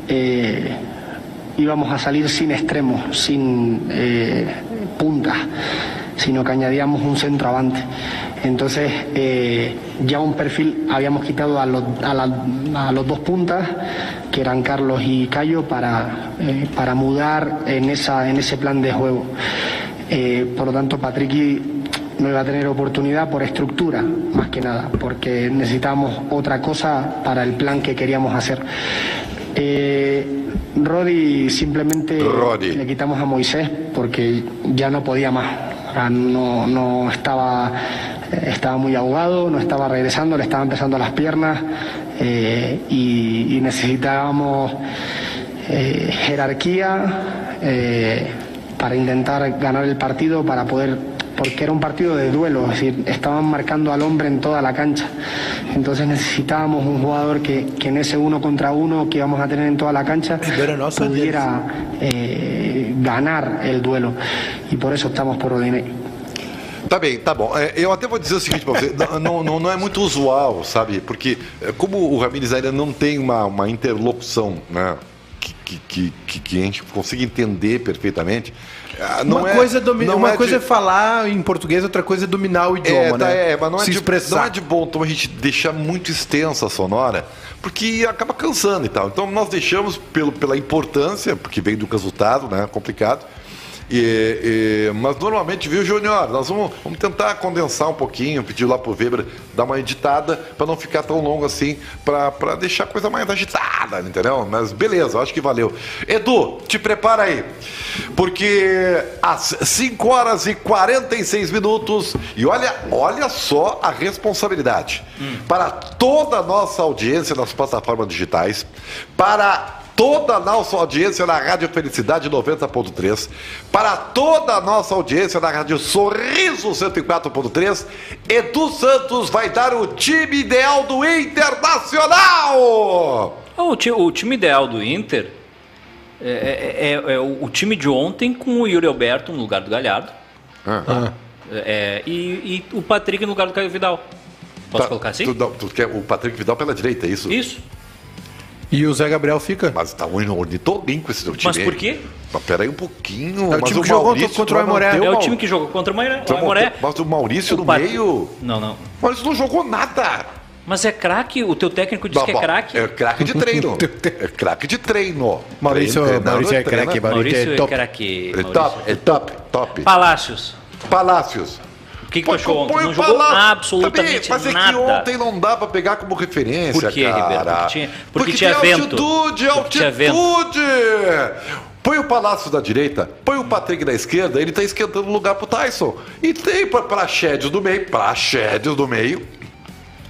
S9: eh, íbamos a salir sin extremos, sin eh, puntas, sino que añadíamos un centroavante. Entonces, eh, ya un perfil habíamos quitado a los, a la- a los dos puntas, que eran Carlos y Cayo, para, eh, para mudar en, esa, en ese plan de juego. Eh, por lo tanto, Patrick no iba a tener oportunidad por estructura, más que nada, porque necesitábamos otra cosa para el plan que queríamos hacer. Eh, Roddy simplemente
S1: Roddy.
S9: le quitamos a Moisés porque ya no podía más. Ah, No, no estaba, eh, estaba muy ahogado, no estaba regresando, le estaban pesando las piernas eh, y, y necesitábamos eh, jerarquía eh, para intentar ganar el partido, para poder, porque era un partido de duelo, es decir, estaban marcando al hombre en toda la cancha. Entonces necesitábamos un jugador que, que en ese uno contra uno que íbamos a tener en toda la cancha
S7: Pero no son
S9: pudiera eh, ganar el duelo. Y por eso optamos por Rodinei.
S1: Tá bem, tá bom. É, eu até vou dizer o seguinte pra você, não- não, não, não é muito usual, sabe? Porque é, como o Ramires ainda não tem uma, uma interlocução, né? Que, que, que- que, que a gente consiga entender perfeitamente. ah, Não
S7: uma
S1: é,
S7: coisa, é domi-
S1: não
S7: uma
S1: é
S7: coisa
S1: de-
S7: é falar em português, outra coisa é dominar o idioma,
S1: é, tá,
S7: né?
S1: é, mas não é,
S7: Se
S1: de,
S7: expressar.
S1: não é de bom tom a gente deixar muito extensa a sonora, porque acaba cansando e tal. Então nós deixamos pelo, pela importância, porque veio do resultado, né? Complicado. E- e- mas normalmente, viu, Júnior? Nós vamos, vamos tentar condensar um pouquinho, pedir lá pro Weber dar uma editada para não ficar tão longo assim, para deixar a coisa mais agitada, entendeu? Mas beleza, acho que valeu. Edu, te prepara aí, porque às 5 horas e 46 minutos, e olha, olha só a responsabilidade
S3: Hum.
S1: para toda a nossa audiência nas plataformas digitais, para toda a nossa audiência na Rádio Felicidade 90.3, para toda a nossa audiência na Rádio Sorriso 104.3, Edu Santos vai dar o time ideal do Internacional!
S3: Ah, O, ti- o time ideal do Inter é, é- é- é o, o time de ontem com o Yuri Alberto no lugar do Galhardo.
S1: Ah.
S3: É, e, e o Patrick no lugar do Caio Vidal. Posso
S1: Tá,
S3: colocar assim?
S1: Tu, dá- tu quer o Patrick Vidal pela direita, é isso?
S3: Isso.
S7: E o Zé Gabriel fica.
S1: Mas tá um ornitorrinco esse teu time.
S3: Mas
S1: hein?
S3: por quê?
S1: Mas peraí um pouquinho.
S7: É o
S1: mas
S7: time que jogou
S1: Maurício
S7: contra o
S1: vai
S7: Aimoré.
S1: manter
S3: É o
S1: Mau-
S3: time que jogou contra o Mairé.
S1: vai
S3: o Aimoré.
S1: manter- Mas o Maurício
S3: O
S1: no
S3: Pat-
S1: meio.
S3: Não, não.
S1: O Maurício não jogou nada.
S3: Mas é craque? O teu técnico diz
S1: Não,
S3: que é
S1: bom,
S3: craque?
S1: É craque de treino. é craque de treino.
S7: Maurício-
S1: Treino, treinando,
S7: Maurício é
S1: treina.
S7: craque, Maurício.
S3: Maurício é
S7: top.
S3: craque.
S1: É
S3: Maurício.
S1: top, é top, top.
S3: Palácios.
S1: Palácios.
S3: O que, que tu
S1: Põe-
S3: achou ontem?
S1: põe
S3: Não
S1: o
S3: jogou
S1: Palácio.
S3: absolutamente
S1: Também, Mas é que
S3: nada.
S1: ontem não dá pra pegar como referência,
S3: Por quê,
S1: cara.
S3: Ribeiro? Porque tinha- porque tinha
S1: tem
S3: vento.
S1: altitude,
S3: Porque tinha vento.
S1: altitude! Põe o Palácio da direita, põe o Patrick da esquerda, ele tá esquentando o lugar pro Tyson. E tem pra Praxedes do meio, Praxedes do meio,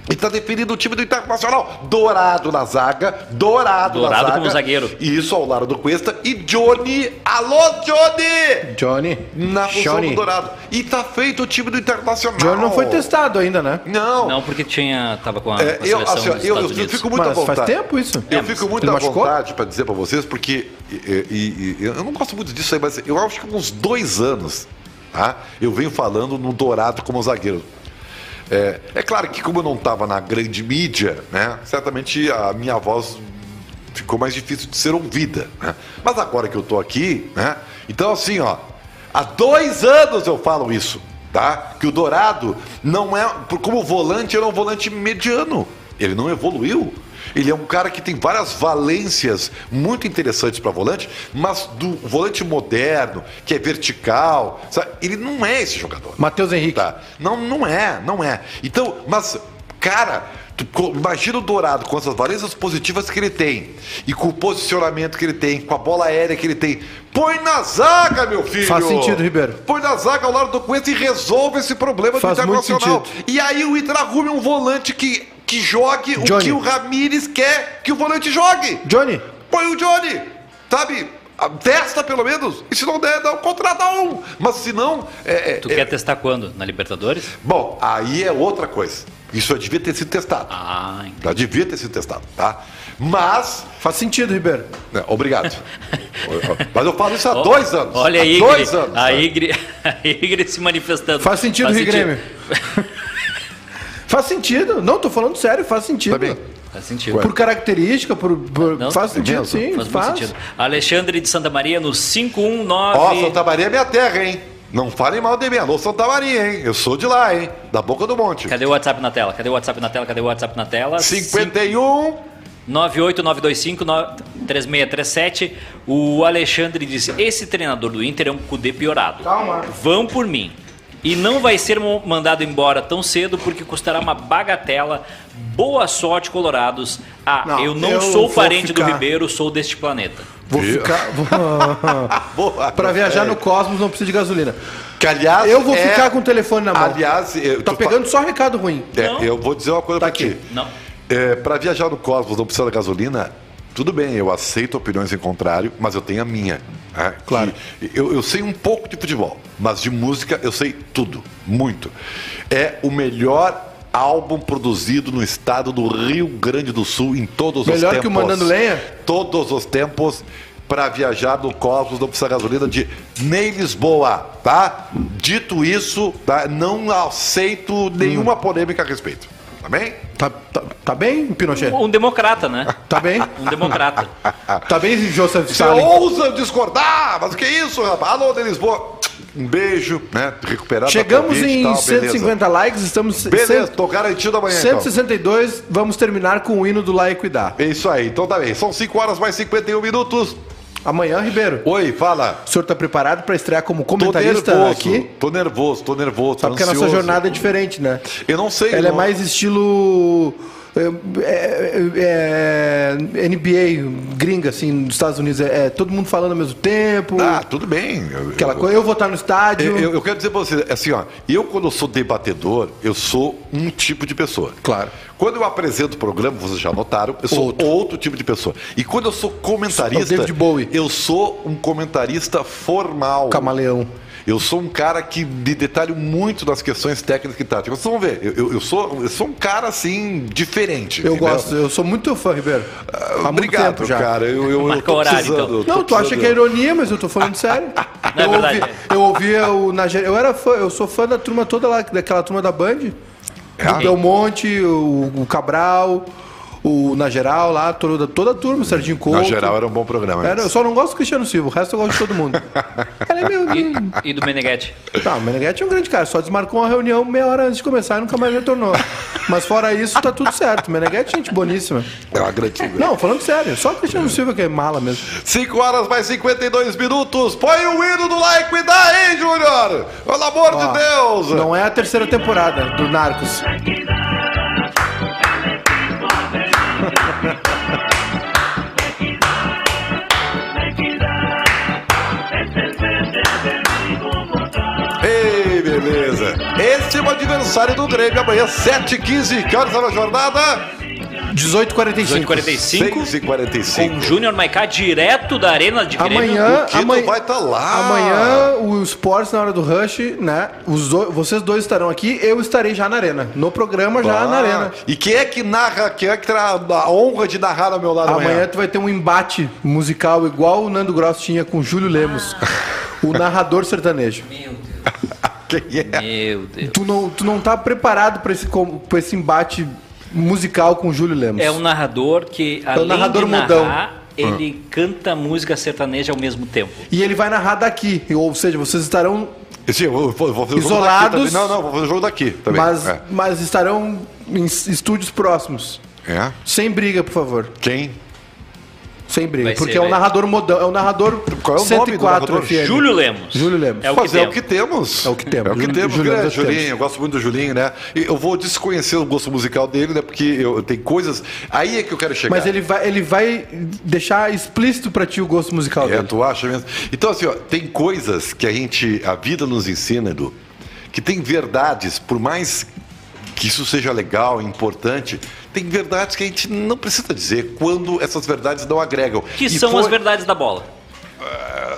S1: e tá definido o time do Internacional. Dourado na zaga. Dourado, na
S3: Dourado
S1: zaga.
S3: como zagueiro.
S1: E Isso ao lado do Cuesta. E Johnny. Alô, Johnny!
S7: Johnny.
S1: Na função
S7: Johnny.
S1: do Dourado. E tá feito o time do Internacional.
S7: Johnny não foi testado ainda, né?
S1: Não.
S3: Não, porque tinha. Tava com a,
S1: É,
S3: com a
S1: eu, assim, ó,
S3: seleção dos
S1: eu,
S3: Estados
S1: eu
S3: Unidos.
S1: fico muito à
S7: Mas
S1: vontade.
S7: faz tempo isso.
S1: Eu
S3: É, mas
S1: fico muito
S7: ele
S1: à
S7: machucou?
S1: vontade para dizer para vocês, porque e- e- e- eu não gosto muito disso aí, mas eu acho que há uns dois anos tá? eu venho falando no Dourado como zagueiro. É, é claro que como eu não estava na grande mídia, né, certamente a minha voz ficou mais difícil de ser ouvida. né? Mas agora que eu tô aqui, né, então assim, ó, há dois anos eu falo isso, tá? Que o Dourado não é, por- como volante, ele é um volante mediano. Ele não evoluiu. Ele é um cara que tem várias valências muito interessantes para volante, mas do volante moderno, que é vertical, sabe? ele não é esse jogador.
S7: Matheus Henrique.
S1: Tá. Não, não é, não é. Então, mas, cara, tu co- imagina o Dourado com essas valências positivas que ele tem. E com o posicionamento que ele tem, com a bola aérea que ele tem. Põe na zaga, meu filho!
S7: Faz sentido, Ribeiro.
S1: Põe na zaga ao lado do Cuesta e resolve esse problema
S7: Faz
S1: do
S7: muito
S1: Internacional. E aí o Inter arrume um volante que, que jogue o
S7: Johnny.
S1: que o Ramires quer que o volante jogue.
S7: Johnny.
S1: Põe o Johnny, sabe? A- Testa pelo menos. E se não der, dá um contrata um. Mas se não, é, é,
S3: Tu quer testar quando? Na Libertadores?
S1: Bom, aí é outra coisa. Isso já devia ter sido testado.
S3: Ah, entendi.
S1: Já devia ter sido testado, tá? Mas.
S7: Faz sentido, Ribeiro.
S1: né, obrigado. Mas eu falo isso há dois anos.
S3: Olha
S1: há
S3: aí,
S1: dois
S3: Igre.
S1: anos.
S3: A
S1: né?
S3: Igre, a Igre se manifestando.
S7: Faz sentido, Rio Grêmio. faz sentido. Não, tô falando sério, faz sentido.
S1: Tá bem.
S3: Faz sentido.
S7: Por característica, por. por-
S3: Não,
S7: faz
S3: é
S7: sentido,
S1: mesmo?
S7: sim.
S3: Faz
S7: Faz,
S3: muito sentido. Alexandre de Santa Maria no 519.
S1: Ó, Santa Maria é minha terra, hein? Não falem mal de mim. Alô, Santa Maria, hein? Eu sou de lá, hein? Da boca do monte.
S3: Cadê o WhatsApp na tela? Cadê o WhatsApp na tela? Cadê o WhatsApp na tela?
S1: 51.
S3: 989253637. O Alexandre disse: Esse treinador do Inter é um cudê piorado. Calma. Vão por mim. E não vai ser mo- mandado embora tão cedo porque custará uma bagatela. Boa sorte, Colorados. Ah,
S7: Não,
S3: eu não
S7: eu
S3: sou
S7: vou
S3: parente do
S7: ficar.
S3: Ribeiro, sou deste planeta.
S7: Vou ficar.
S1: Boa.
S7: Pra viajar
S1: É.
S7: no cosmos não precisa de gasolina.
S1: Que, aliás,
S7: Eu vou
S1: é-
S7: ficar com o telefone na mão.
S1: Aliás, eu-
S7: tá
S1: tu
S7: pegando só recado ruim.
S1: fa- é,
S3: Não.
S1: eu vou dizer uma coisa
S7: Tá
S1: pra ti.
S7: aqui.
S3: Não.
S1: É, pra viajar no cosmos não precisa da gasolina, tudo bem, eu aceito opiniões em contrário, mas eu tenho a minha. né?
S7: Claro.
S1: Que- eu, eu sei um pouco de futebol, mas de música eu sei tudo, muito. É o melhor álbum produzido no estado do Rio Grande do Sul em todos os
S7: Melhor que
S1: tempos.
S7: o Mandando Lenha?
S1: Todos os tempos. Pra viajar no Cosmos não precisa gasolina de Ney Lisboa, tá? Dito isso, tá? não aceito nenhuma
S7: Hum.
S1: polêmica a respeito. Tá bem?
S7: Tá, tá, tá bem, Pinochet?
S3: Um democrata, né?
S7: Tá bem?
S3: Um democrata.
S7: Tá bem, Joseph
S1: Você
S7: Stalin?
S1: ousa discordar, mas o que é isso, rapaz? Alô, de Lisboa. Um beijo, né? Recuperado. da
S7: Chegamos
S1: Covid e
S7: em
S1: tal, tá, beleza.
S7: 150 likes, estamos em
S1: Beleza,
S7: cento-
S1: tô garantido amanhã. então.
S7: 162, vamos terminar com o hino do La Equidad.
S1: É isso aí, então tá bem. São 5 horas mais 51 minutos.
S7: Amanhã, Ribeiro,
S1: Oi, fala.
S7: o senhor tá preparado pra estrear como
S1: Tô
S7: comentarista
S1: nervoso,
S7: aqui?
S1: tô nervoso, tô nervoso.
S7: Sabe
S1: tô
S7: que a nossa
S1: ansioso.
S7: jornada é diferente, né?
S1: Eu não sei.
S7: Ela é
S1: não-
S7: mais estilo. é, é, é, NBA gringa, assim, nos Estados Unidos. É, é todo mundo falando ao mesmo tempo.
S1: Ah, tudo bem. Eu-
S7: um. aquela
S1: eu-
S7: coisa. um. Eu vou estar no estádio.
S1: Eu, eu- eu quero dizer pra você, assim, ó, eu quando eu sou debatedor, eu sou um tipo de pessoa.
S7: Claro.
S1: Quando eu apresento o programa, vocês já notaram, eu sou outro,
S7: Outro.
S1: tipo de pessoa. E quando eu sou
S7: Sou o
S1: comentarista,
S7: David Bowie.
S1: eu sou um comentarista formal.
S7: Camaleão.
S1: Eu sou um cara que me detalho muito nas questões técnicas e táticas. Vocês vão ver, eu, eu- eu sou, eu sou um cara assim, diferente.
S7: Eu
S1: entendeu?
S7: gosto, eu sou muito teu fã, Ribeiro. Há muito
S1: Obrigado,
S7: tempo já.
S1: cara. Eu, eu, eu
S3: Marca
S1: tô
S3: o horário,
S1: precisando.
S3: então.
S1: eu tô
S7: Não, tu acha
S1: precisando.
S7: que é ironia, mas eu tô falando sério.
S3: Não, é
S7: eu,
S3: verdade.
S7: ouvi, eu ouvia o Nigéria. Eu era fã, eu sou fã da turma toda lá, daquela turma da Band. Do Del Monte, o, o Cabral, o Na Geral lá, toda, toda a turma, o Serginho Couto.
S1: Na geral, era um bom programa.
S7: Era- eu só é não gosto do Cristiano Silva, o resto eu gosto de todo mundo. Ela é meu.
S3: E do Meneghetti.
S7: Tá, o Meneghetti é um grande cara, só desmarcou uma reunião meia hora antes de começar e nunca mais retornou. Mas fora isso, tá tudo certo. O Meneghetti é gente boníssima.
S1: É uma grande figura.
S7: Não, falando sério, só o Cristiano Silva que é mala mesmo.
S1: 5 horas mais 52 minutos. Põe o hino do like e dá, hein, Júnior? Pelo amor
S7: Ó,
S1: de Deus!
S7: Ah, Não é a terceira temporada do Narcos.
S1: Ei, beleza! Este é o adversário do Grêmio. Amanhã, 7h15. Que horas é a jornada?
S7: 18h45.
S3: 45 com o
S1: 6h45.
S3: Júnior Maicá direto da Arena de Grêmio.
S7: Amanhã,
S1: O Quito
S7: amanhã
S1: vai tá lá.
S7: Amanhã o Sports na hora do Rush, né? Os dois- vocês dois estarão aqui, eu estarei já na arena, no programa já na arena.
S1: E quem é que narra? Quem é que terá a honra de narrar ao meu lado amanhã?
S7: Amanhã tu vai ter um embate musical igual o Nando Gross tinha com o Júlio Lemos, o narrador sertanejo.
S1: Ah. Quem é?
S3: Meu Deus.
S7: Tu não, tu não tá preparado pra esse, com- pra esse embate musical com o Júlio Lemos.
S3: É um narrador que,
S1: É um
S3: além
S7: narrador
S3: de
S7: mudão.
S3: narrar,
S1: Ah.
S3: ele canta música sertaneja ao mesmo tempo.
S7: E ele vai narrar daqui, ou seja, vocês estarão,
S1: Sim, eu vou, vou fazer o jogo daqui também.
S7: Isolados.
S1: Não, não, vou fazer o jogo daqui também.
S7: mas,
S1: É.
S7: mas estarão em s- estúdios próximos.
S1: É?
S7: Sem briga, por favor.
S1: Quem?
S7: Sem briga,
S3: Vai
S7: porque
S3: ser,
S7: é um
S3: vai.
S7: narrador modão, é um narrador
S1: Qual é o nome do
S7: 104
S1: narrador?
S7: FM.
S3: Júlio Lemos.
S7: Júlio Lemos.
S3: É o
S1: Mas
S3: que
S1: é
S3: tem.
S1: o que temos.
S7: É o que temos.
S1: É o que
S7: Jul-
S1: temos.
S7: Juliano
S1: grande
S7: das Temos.
S1: Julinho, eu gosto muito do Julinho, né? E eu vou desconhecer o gosto musical dele, né? Porque eu, tem coisas. Aí é que eu quero chegar.
S7: Mas ele vai, ele vai deixar explícito pra ti o gosto musical
S1: É,
S7: dele.
S1: tu acha mesmo? Então, assim, ó, tem coisas que a gente. A vida nos ensina, Edu, que tem verdades, por mais que isso seja legal, importante, tem verdades que a gente não precisa dizer quando essas verdades não agregam.
S3: Que
S1: E
S3: são
S1: foi-
S3: as verdades da bola.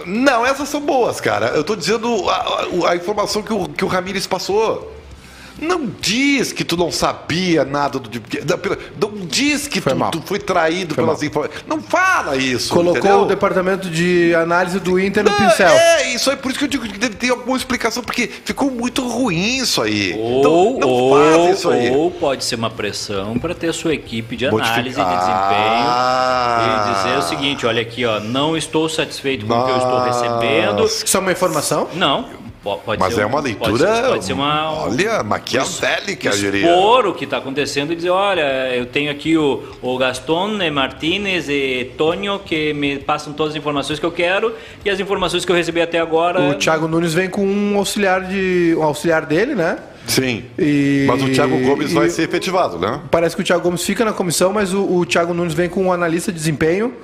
S1: Não, essas são boas, cara. Eu tô dizendo a, a- a informação que o, que o Ramires passou. Não diz que tu não sabia nada do. da- pela- Não diz que
S7: Foi
S1: tu,
S7: mal.
S1: tu foi traído pelas informações. Não fala isso.
S7: Colocou
S1: entendeu?
S7: o departamento de análise do Inter no
S1: Não,
S7: pincel.
S1: É, isso aí, por isso que eu digo que deve ter alguma explicação, porque ficou muito ruim isso aí.
S3: Ou,
S1: então, não
S3: ou,
S1: faz isso aí.
S3: ou pode ser uma pressão para ter sua equipe de
S1: Modifica-
S3: análise de
S1: Ah.
S3: desempenho e dizer o seguinte, olha aqui, ó, não estou satisfeito com o que eu estou
S1: Nossa.
S3: recebendo.
S7: Isso é uma informação?
S3: Não, po- pode
S1: Mas
S3: ser
S1: é
S3: um-
S1: uma
S3: pode
S1: leitura.
S3: ser- Pode ser uma um
S1: Olha, maquiavélica, eu diria.
S3: expor o que
S10: tá
S3: está acontecendo e dizer, olha, eu tenho aqui o, o Gaston
S10: né,
S3: eh, Martínez e Tonho que me passam todas as informações que eu quero e as informações que eu recebi até agora.
S7: O Thiago Nunes vem com um auxiliar de. um auxiliar dele, né?
S1: Sim.
S7: E-
S1: Mas o Thiago Gomes
S7: e-
S1: vai ser efetivado, né?
S7: Parece que o Thiago Gomes fica na comissão, mas o, o Thiago Nunes vem com um analista de desempenho,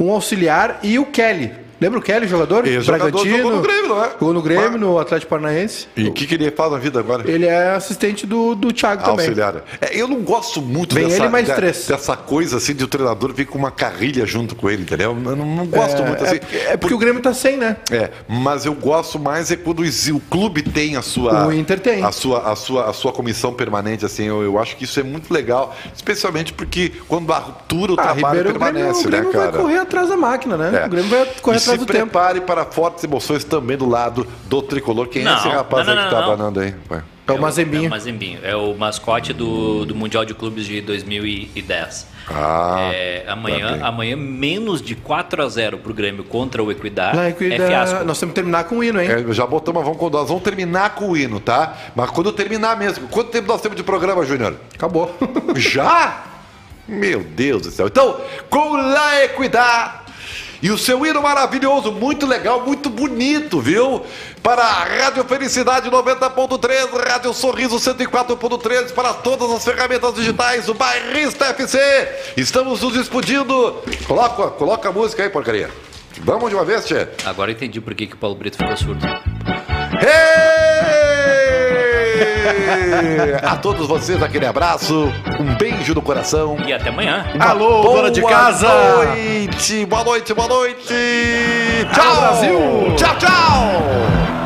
S7: um auxiliar e o Kelly. Lembra o Kelly, jogador?
S1: Esse jogador jogou no Grêmio, não é?
S7: Jogou no Grêmio, no Atlético Paranaense.
S1: E o que, que ele faz na vida agora?
S7: Ele é assistente do, do Thiago também.
S1: Auxiliar. É, eu não gosto muito
S7: Vem
S1: dessa,
S7: ele mais
S1: da-
S7: três.
S1: dessa coisa assim de o treinador vir com uma carrilha junto com ele, entendeu? Eu não, não gosto muito assim.
S7: É, porque- é porque o Grêmio tá sem, né?
S1: É, mas eu gosto mais é quando os- o clube tem a sua.
S7: O Inter tem.
S1: A sua, a sua, a sua comissão permanente, assim. Eu, eu acho que isso é muito legal. Especialmente porque quando a ruptura, o
S7: Ah,
S1: trabalho
S7: Ribeiro, o Grêmio,
S1: permanece,
S7: o Grêmio
S1: né, cara?
S7: vai correr atrás da máquina, né?
S1: É.
S7: O Grêmio vai correr
S1: e
S7: atrás do
S1: se
S7: tempo.
S1: prepare para fortes emoções também do lado do tricolor. Quem é
S10: Não,
S1: esse rapaz
S10: não, não,
S1: aí que tá
S10: não, não.
S1: abanando aí? Vai.
S7: É o Mazembinho.
S10: É o Mazembinho. É o mascote do, do Mundial de Clubes de 2010.
S1: Ah,
S10: É,
S1: tá
S10: amanhã,
S1: bem.
S10: amanhã, menos de 4 a 0 pro Grêmio contra o Equidad.
S7: Lá,
S10: É
S7: cuida-
S10: fiasco.
S7: Nós temos que terminar com o hino, hein?
S1: É, já botamos, vamos, com- nós vamos terminar com o hino, tá? Mas quando terminar mesmo. Quanto tempo nós temos de programa, Júnior?
S7: Acabou.
S1: Já? Meu Deus do céu. Então, com La Equidad e o seu hino maravilhoso, muito legal, muito bonito, viu? Para a Rádio Felicidade 90.3, Rádio Sorriso 104.3, para todas as ferramentas digitais, o Bairrista FC. Estamos nos explodindo. Coloca, coloca a música aí, porcaria. Vamos de uma vez, Tchê.
S10: Agora eu entendi por que, que o Paulo Brito ficou surdo.
S1: Hey! A todos vocês, aquele abraço, um beijo no coração.
S10: E até amanhã.
S1: Uma
S2: Alô,
S1: boa
S2: dona de casa!
S1: Boa noite, boa noite, boa noite! Tchau!
S2: Brasil!
S1: Tchau, tchau!